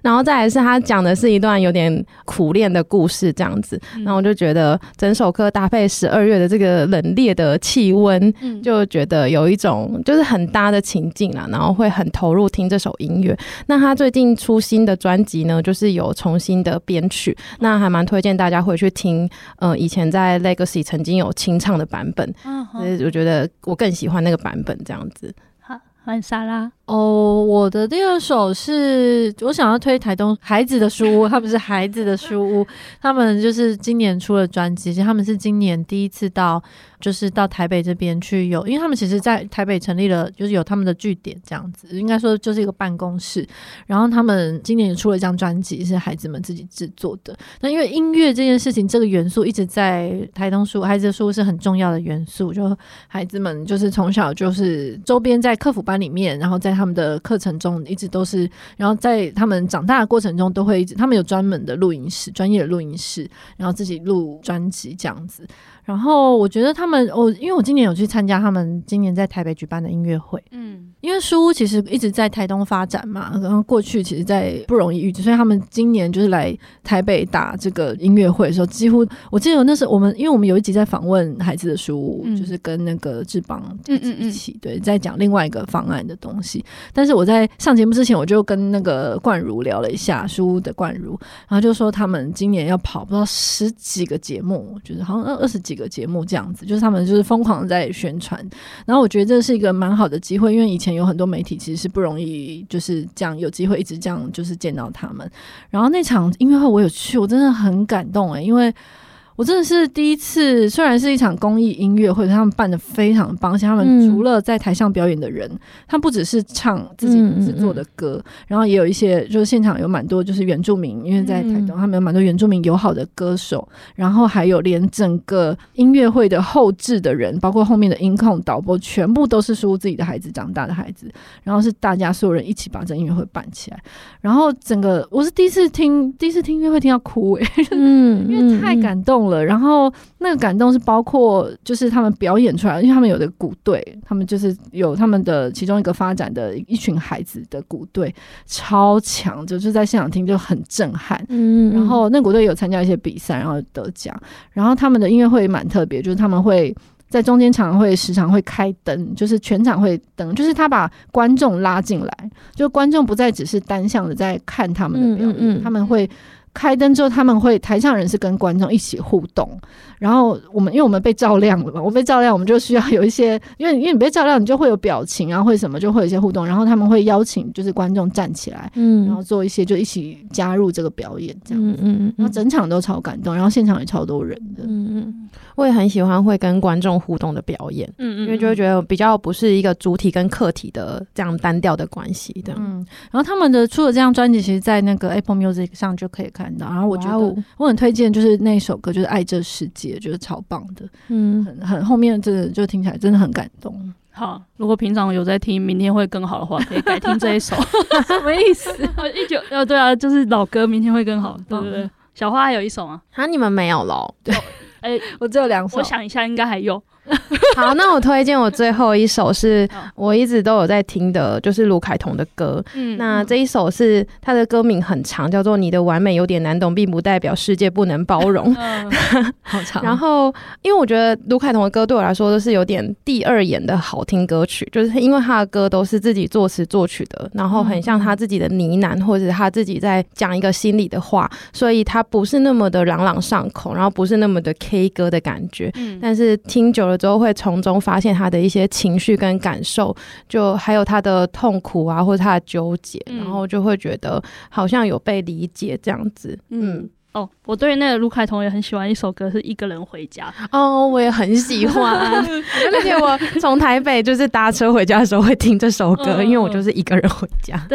Speaker 2: 然后再来是他讲的是一段有点苦恋的故事这样子，然后我就觉得整首歌搭配十二月的这个冷冽的气温，
Speaker 1: 嗯
Speaker 2: 就觉得有一种就是很搭的情境啦，然后会很投入听这首音乐。那他最近出新的专辑呢，就是有重新的编曲，那还蛮推荐大家回去听。呃，以前在 Legacy 曾经有清唱的版本，
Speaker 1: 嗯
Speaker 2: 所以我觉得我更喜欢那个版本这样子。
Speaker 1: 换莎拉。
Speaker 3: 哦，我的第二首是我想要推台东孩子的书屋，他们是孩子的书屋，他们就是今年出了专辑，其实他们是今年第一次到，就是到台北这边去有，因为他们其实在台北成立了，就是有他们的据点这样子，应该说就是一个办公室。然后他们今年也出了一张专辑，是孩子们自己制作的。那因为音乐这件事情，这个元素一直在台东书孩子的书屋是很重要的元素，就孩子们就是从小就是周边在客服班里面，然后在他们的课程中一直都是，然后在他们长大的过程中都会一直，他们有专门的录音室，专业的录音室，然后自己录专辑这样子。然后我觉得他们，我、因为我今年有去参加他们今年在台北举办的音乐会，
Speaker 1: 嗯，
Speaker 3: 因为书屋其实一直在台东发展嘛，然后过去其实，在不容易遇见，所以他们今年就是来台北打这个音乐会的时候，几乎我记得那时候我们，因为我们有一集在访问孩子的书屋，
Speaker 1: 嗯
Speaker 3: 就是跟那个志邦
Speaker 1: 嗯嗯嗯
Speaker 3: 一起对，在讲另外一个方案的东西。但是我在上节目之前，我就跟那个冠如聊了一下书屋的冠如，然后就说他们今年要跑不知道十几个节目，就是好像二二十几个节目这样子，就是他们就是疯狂地在宣传，然后我觉得这是一个蛮好的机会，因为以前有很多媒体其实是不容易，就是这样有机会一直这样就是见到他们。然后那场音乐会我有去，我真的很感动欸诶、因为我真的是第一次，虽然是一场公益音乐会，他们办的非常棒，而且他们
Speaker 2: 嗯
Speaker 3: 除了在台上表演的人，他们不只是唱自己
Speaker 2: 嗯嗯
Speaker 3: 制作的歌，然后也有一些就是现场有蛮多就是原住民，因为在台东，他们有蛮多原住民友好的歌手，然后还有连整个音乐会的后置的人，包括后面的音控、导播，全部都是输入自己的孩子长大的孩子，然后是大家所有人一起把这音乐会办起来，然后整个我是第一次听，第一次听音乐会听到哭诶、欸
Speaker 2: 嗯，
Speaker 3: 因为太感动了。然后那个感动是包括就是他们表演出来，因为他们有的鼓队，他们就是有他们的其中一个发展的一群孩子的鼓队超强，就是在现场听就很震撼。
Speaker 2: 嗯，嗯，嗯
Speaker 3: 然后那鼓队有参加一些比赛，然后得奖。然后他们的音乐会也蛮特别，就是他们会在中间常常会时常会开灯，就是全场会灯，就是他把观众拉进来，就观众不再只是单向的在看他们的表
Speaker 2: 嗯
Speaker 3: 演，
Speaker 2: 嗯嗯
Speaker 3: 他们会。开灯之后，他们会台上人是跟观众一起互动，然后我们因为我们被照亮了嘛，我被照亮，我们就需要有一些，因为因为你被照亮，你就会有表情啊，会什么，就会有一些互动，然后他们会邀请就是观众站起来，
Speaker 2: 嗯，
Speaker 3: 然后做一些就一起加入这个表演这样，
Speaker 2: 嗯嗯
Speaker 3: 然
Speaker 2: 嗯
Speaker 3: 后整场都超感动，然后现场也超多人的，
Speaker 2: 嗯嗯，我也很喜欢会跟观众互动的表演，
Speaker 1: 嗯
Speaker 2: 因为就会觉得比较不是一个主体跟客体的这样单调的关系的。
Speaker 3: 嗯，然后他们的出了这张专辑，其实，在那个 Apple Music 上就可以看到。然后我觉
Speaker 2: 哇
Speaker 3: 得
Speaker 2: 哦
Speaker 3: 我很推荐，就是那一首歌，就是《爱这世界》，觉得超棒的，
Speaker 2: 嗯，
Speaker 3: 很很后面真的就听起来真的很感动。
Speaker 1: 好，如果平常有在听，明天会更好的话，可以改听这一首。 (laughs) 什么意 (laughs) 思？嗯一九呃，对啊，就是老歌，明天会更好，对不对？小花还有一首吗？
Speaker 2: 啊，你们没有喽？
Speaker 1: 哎、
Speaker 3: 我只有两首
Speaker 1: 我，想一下，应该还有。
Speaker 2: (laughs) 好，那我推荐我最后一首是
Speaker 1: 好
Speaker 2: 我一直都有在听的，就是卢凯彤的歌。
Speaker 1: 嗯
Speaker 2: 那这一首是他的歌名很长，叫做《你的完美有点难懂，并不代表世界不能包容》。
Speaker 1: (laughs) 嗯
Speaker 3: 好长。
Speaker 2: 然后，因为我觉得卢凯彤的歌对我来说都是有点第二眼的好听歌曲，就是因为他的歌都是自己作词作曲的，然后很像他自己的呢喃，或者他自己在讲一个心里的话，所以他不是那么的朗朗上口，然后不是那么的 K 歌的感觉。
Speaker 1: 嗯
Speaker 2: 但是听久了之后，会从中发现他的一些情绪跟感受，就还有他的痛苦啊，或者他的纠结，
Speaker 1: 嗯
Speaker 2: 然后就会觉得好像有被理解这样子。嗯
Speaker 1: 嗯，哦，我对那个卢凯彤也很喜欢一首歌，是《一个人回家》。
Speaker 2: 哦，我也很喜
Speaker 1: 啊
Speaker 2: 欢， (laughs) 而且我从台北就是搭车回家的时候会听这首歌，
Speaker 1: 嗯
Speaker 2: 因为我就是一个人回家。
Speaker 1: (laughs)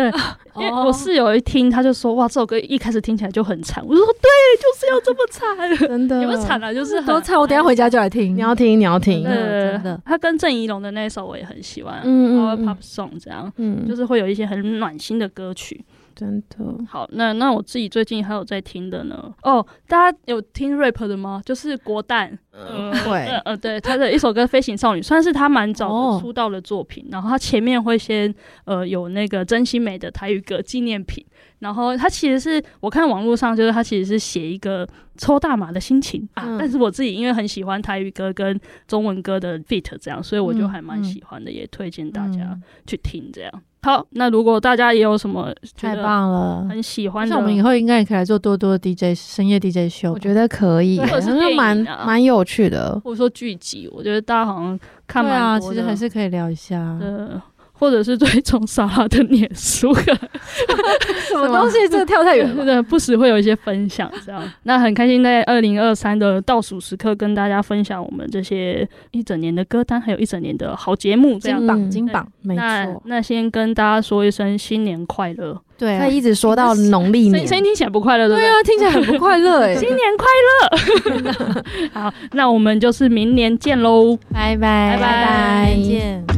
Speaker 1: 因为
Speaker 3: 哦
Speaker 1: 我室友一听，他就说：“哇，这首歌一开始听起来就很惨。”我就说：“对，就是要这么惨，
Speaker 2: (laughs) 真的
Speaker 1: 也不是惨啊，就是
Speaker 3: 多
Speaker 1: 很
Speaker 3: 唱，我等一下回家就来听。
Speaker 2: 你要听，你要听
Speaker 3: 真。的
Speaker 1: 对
Speaker 3: 真的。
Speaker 1: 他跟郑怡龙的那一首我也很喜欢，
Speaker 2: 嗯
Speaker 1: 嗯
Speaker 2: 嗯嗯
Speaker 1: ，Pop Song 这样，
Speaker 2: 嗯，
Speaker 1: 就是是会有一些很暖心的歌曲。
Speaker 2: 真的。
Speaker 1: 好，那那我自己最近还有在听的呢。哦，大家有听 rap 的吗？就是郭蛋，呃
Speaker 2: 会
Speaker 1: 呃呃，对，他的一首歌《飞行少女》算是他蛮早
Speaker 3: 哎哦
Speaker 1: 的出道的作品。然后他前面会先呃有那个真心美的台语歌纪念品，然后他其实是我看网络上就是他其实是写一个抽大麻的心情啊，
Speaker 2: 嗯
Speaker 1: 但是我自己因为很喜欢台语歌跟中文歌的 fit 这样，所以我就
Speaker 3: 嗯
Speaker 1: 还蛮
Speaker 3: 嗯
Speaker 1: 喜欢的，也推荐大家
Speaker 3: 嗯
Speaker 1: 去听这样。好，那如果大家也有什么觉
Speaker 3: 太
Speaker 1: 得
Speaker 3: 棒了！
Speaker 1: 很喜欢的，
Speaker 3: 那我们以后应该也可以来做多多的 DJ 深夜 DJ 秀
Speaker 2: 我。觉得可以，
Speaker 1: 或者是
Speaker 2: 哎好像
Speaker 1: 电影
Speaker 2: 蛮
Speaker 1: 啊
Speaker 2: 蛮有趣的。
Speaker 1: 或者说剧集，我觉得大家好像看
Speaker 3: 对啊，
Speaker 1: 蛮
Speaker 3: 其
Speaker 1: 多
Speaker 3: 实
Speaker 1: 的。
Speaker 3: 还是可以聊一下。
Speaker 1: 呃，或者是追踪莎拉的脸书，啊
Speaker 3: (laughs) 什么东西？这个跳太
Speaker 2: 嗯
Speaker 3: 远了
Speaker 1: 真
Speaker 3: 吧。
Speaker 1: 的不时会有一些分享，这样。那很开心在二零二三的倒数时刻跟大家分享我们这些一整年的歌单，还有一整年的好节目，这样
Speaker 2: 嗯。
Speaker 3: 金榜，金榜，
Speaker 2: 没
Speaker 1: 那
Speaker 2: 错。
Speaker 1: 那先跟大家说一声新年快乐，
Speaker 3: 对啊
Speaker 2: 他，一直说到农历
Speaker 1: 声音
Speaker 2: 年
Speaker 1: 声，音听起来不快乐，对不
Speaker 3: 对
Speaker 1: 对？
Speaker 3: 啊，听起来很不快 (laughs) 乐哎。
Speaker 1: 新年快 (laughs) 乐！好，那我们就是明年见喽。
Speaker 3: 拜拜
Speaker 1: 拜拜
Speaker 2: 见。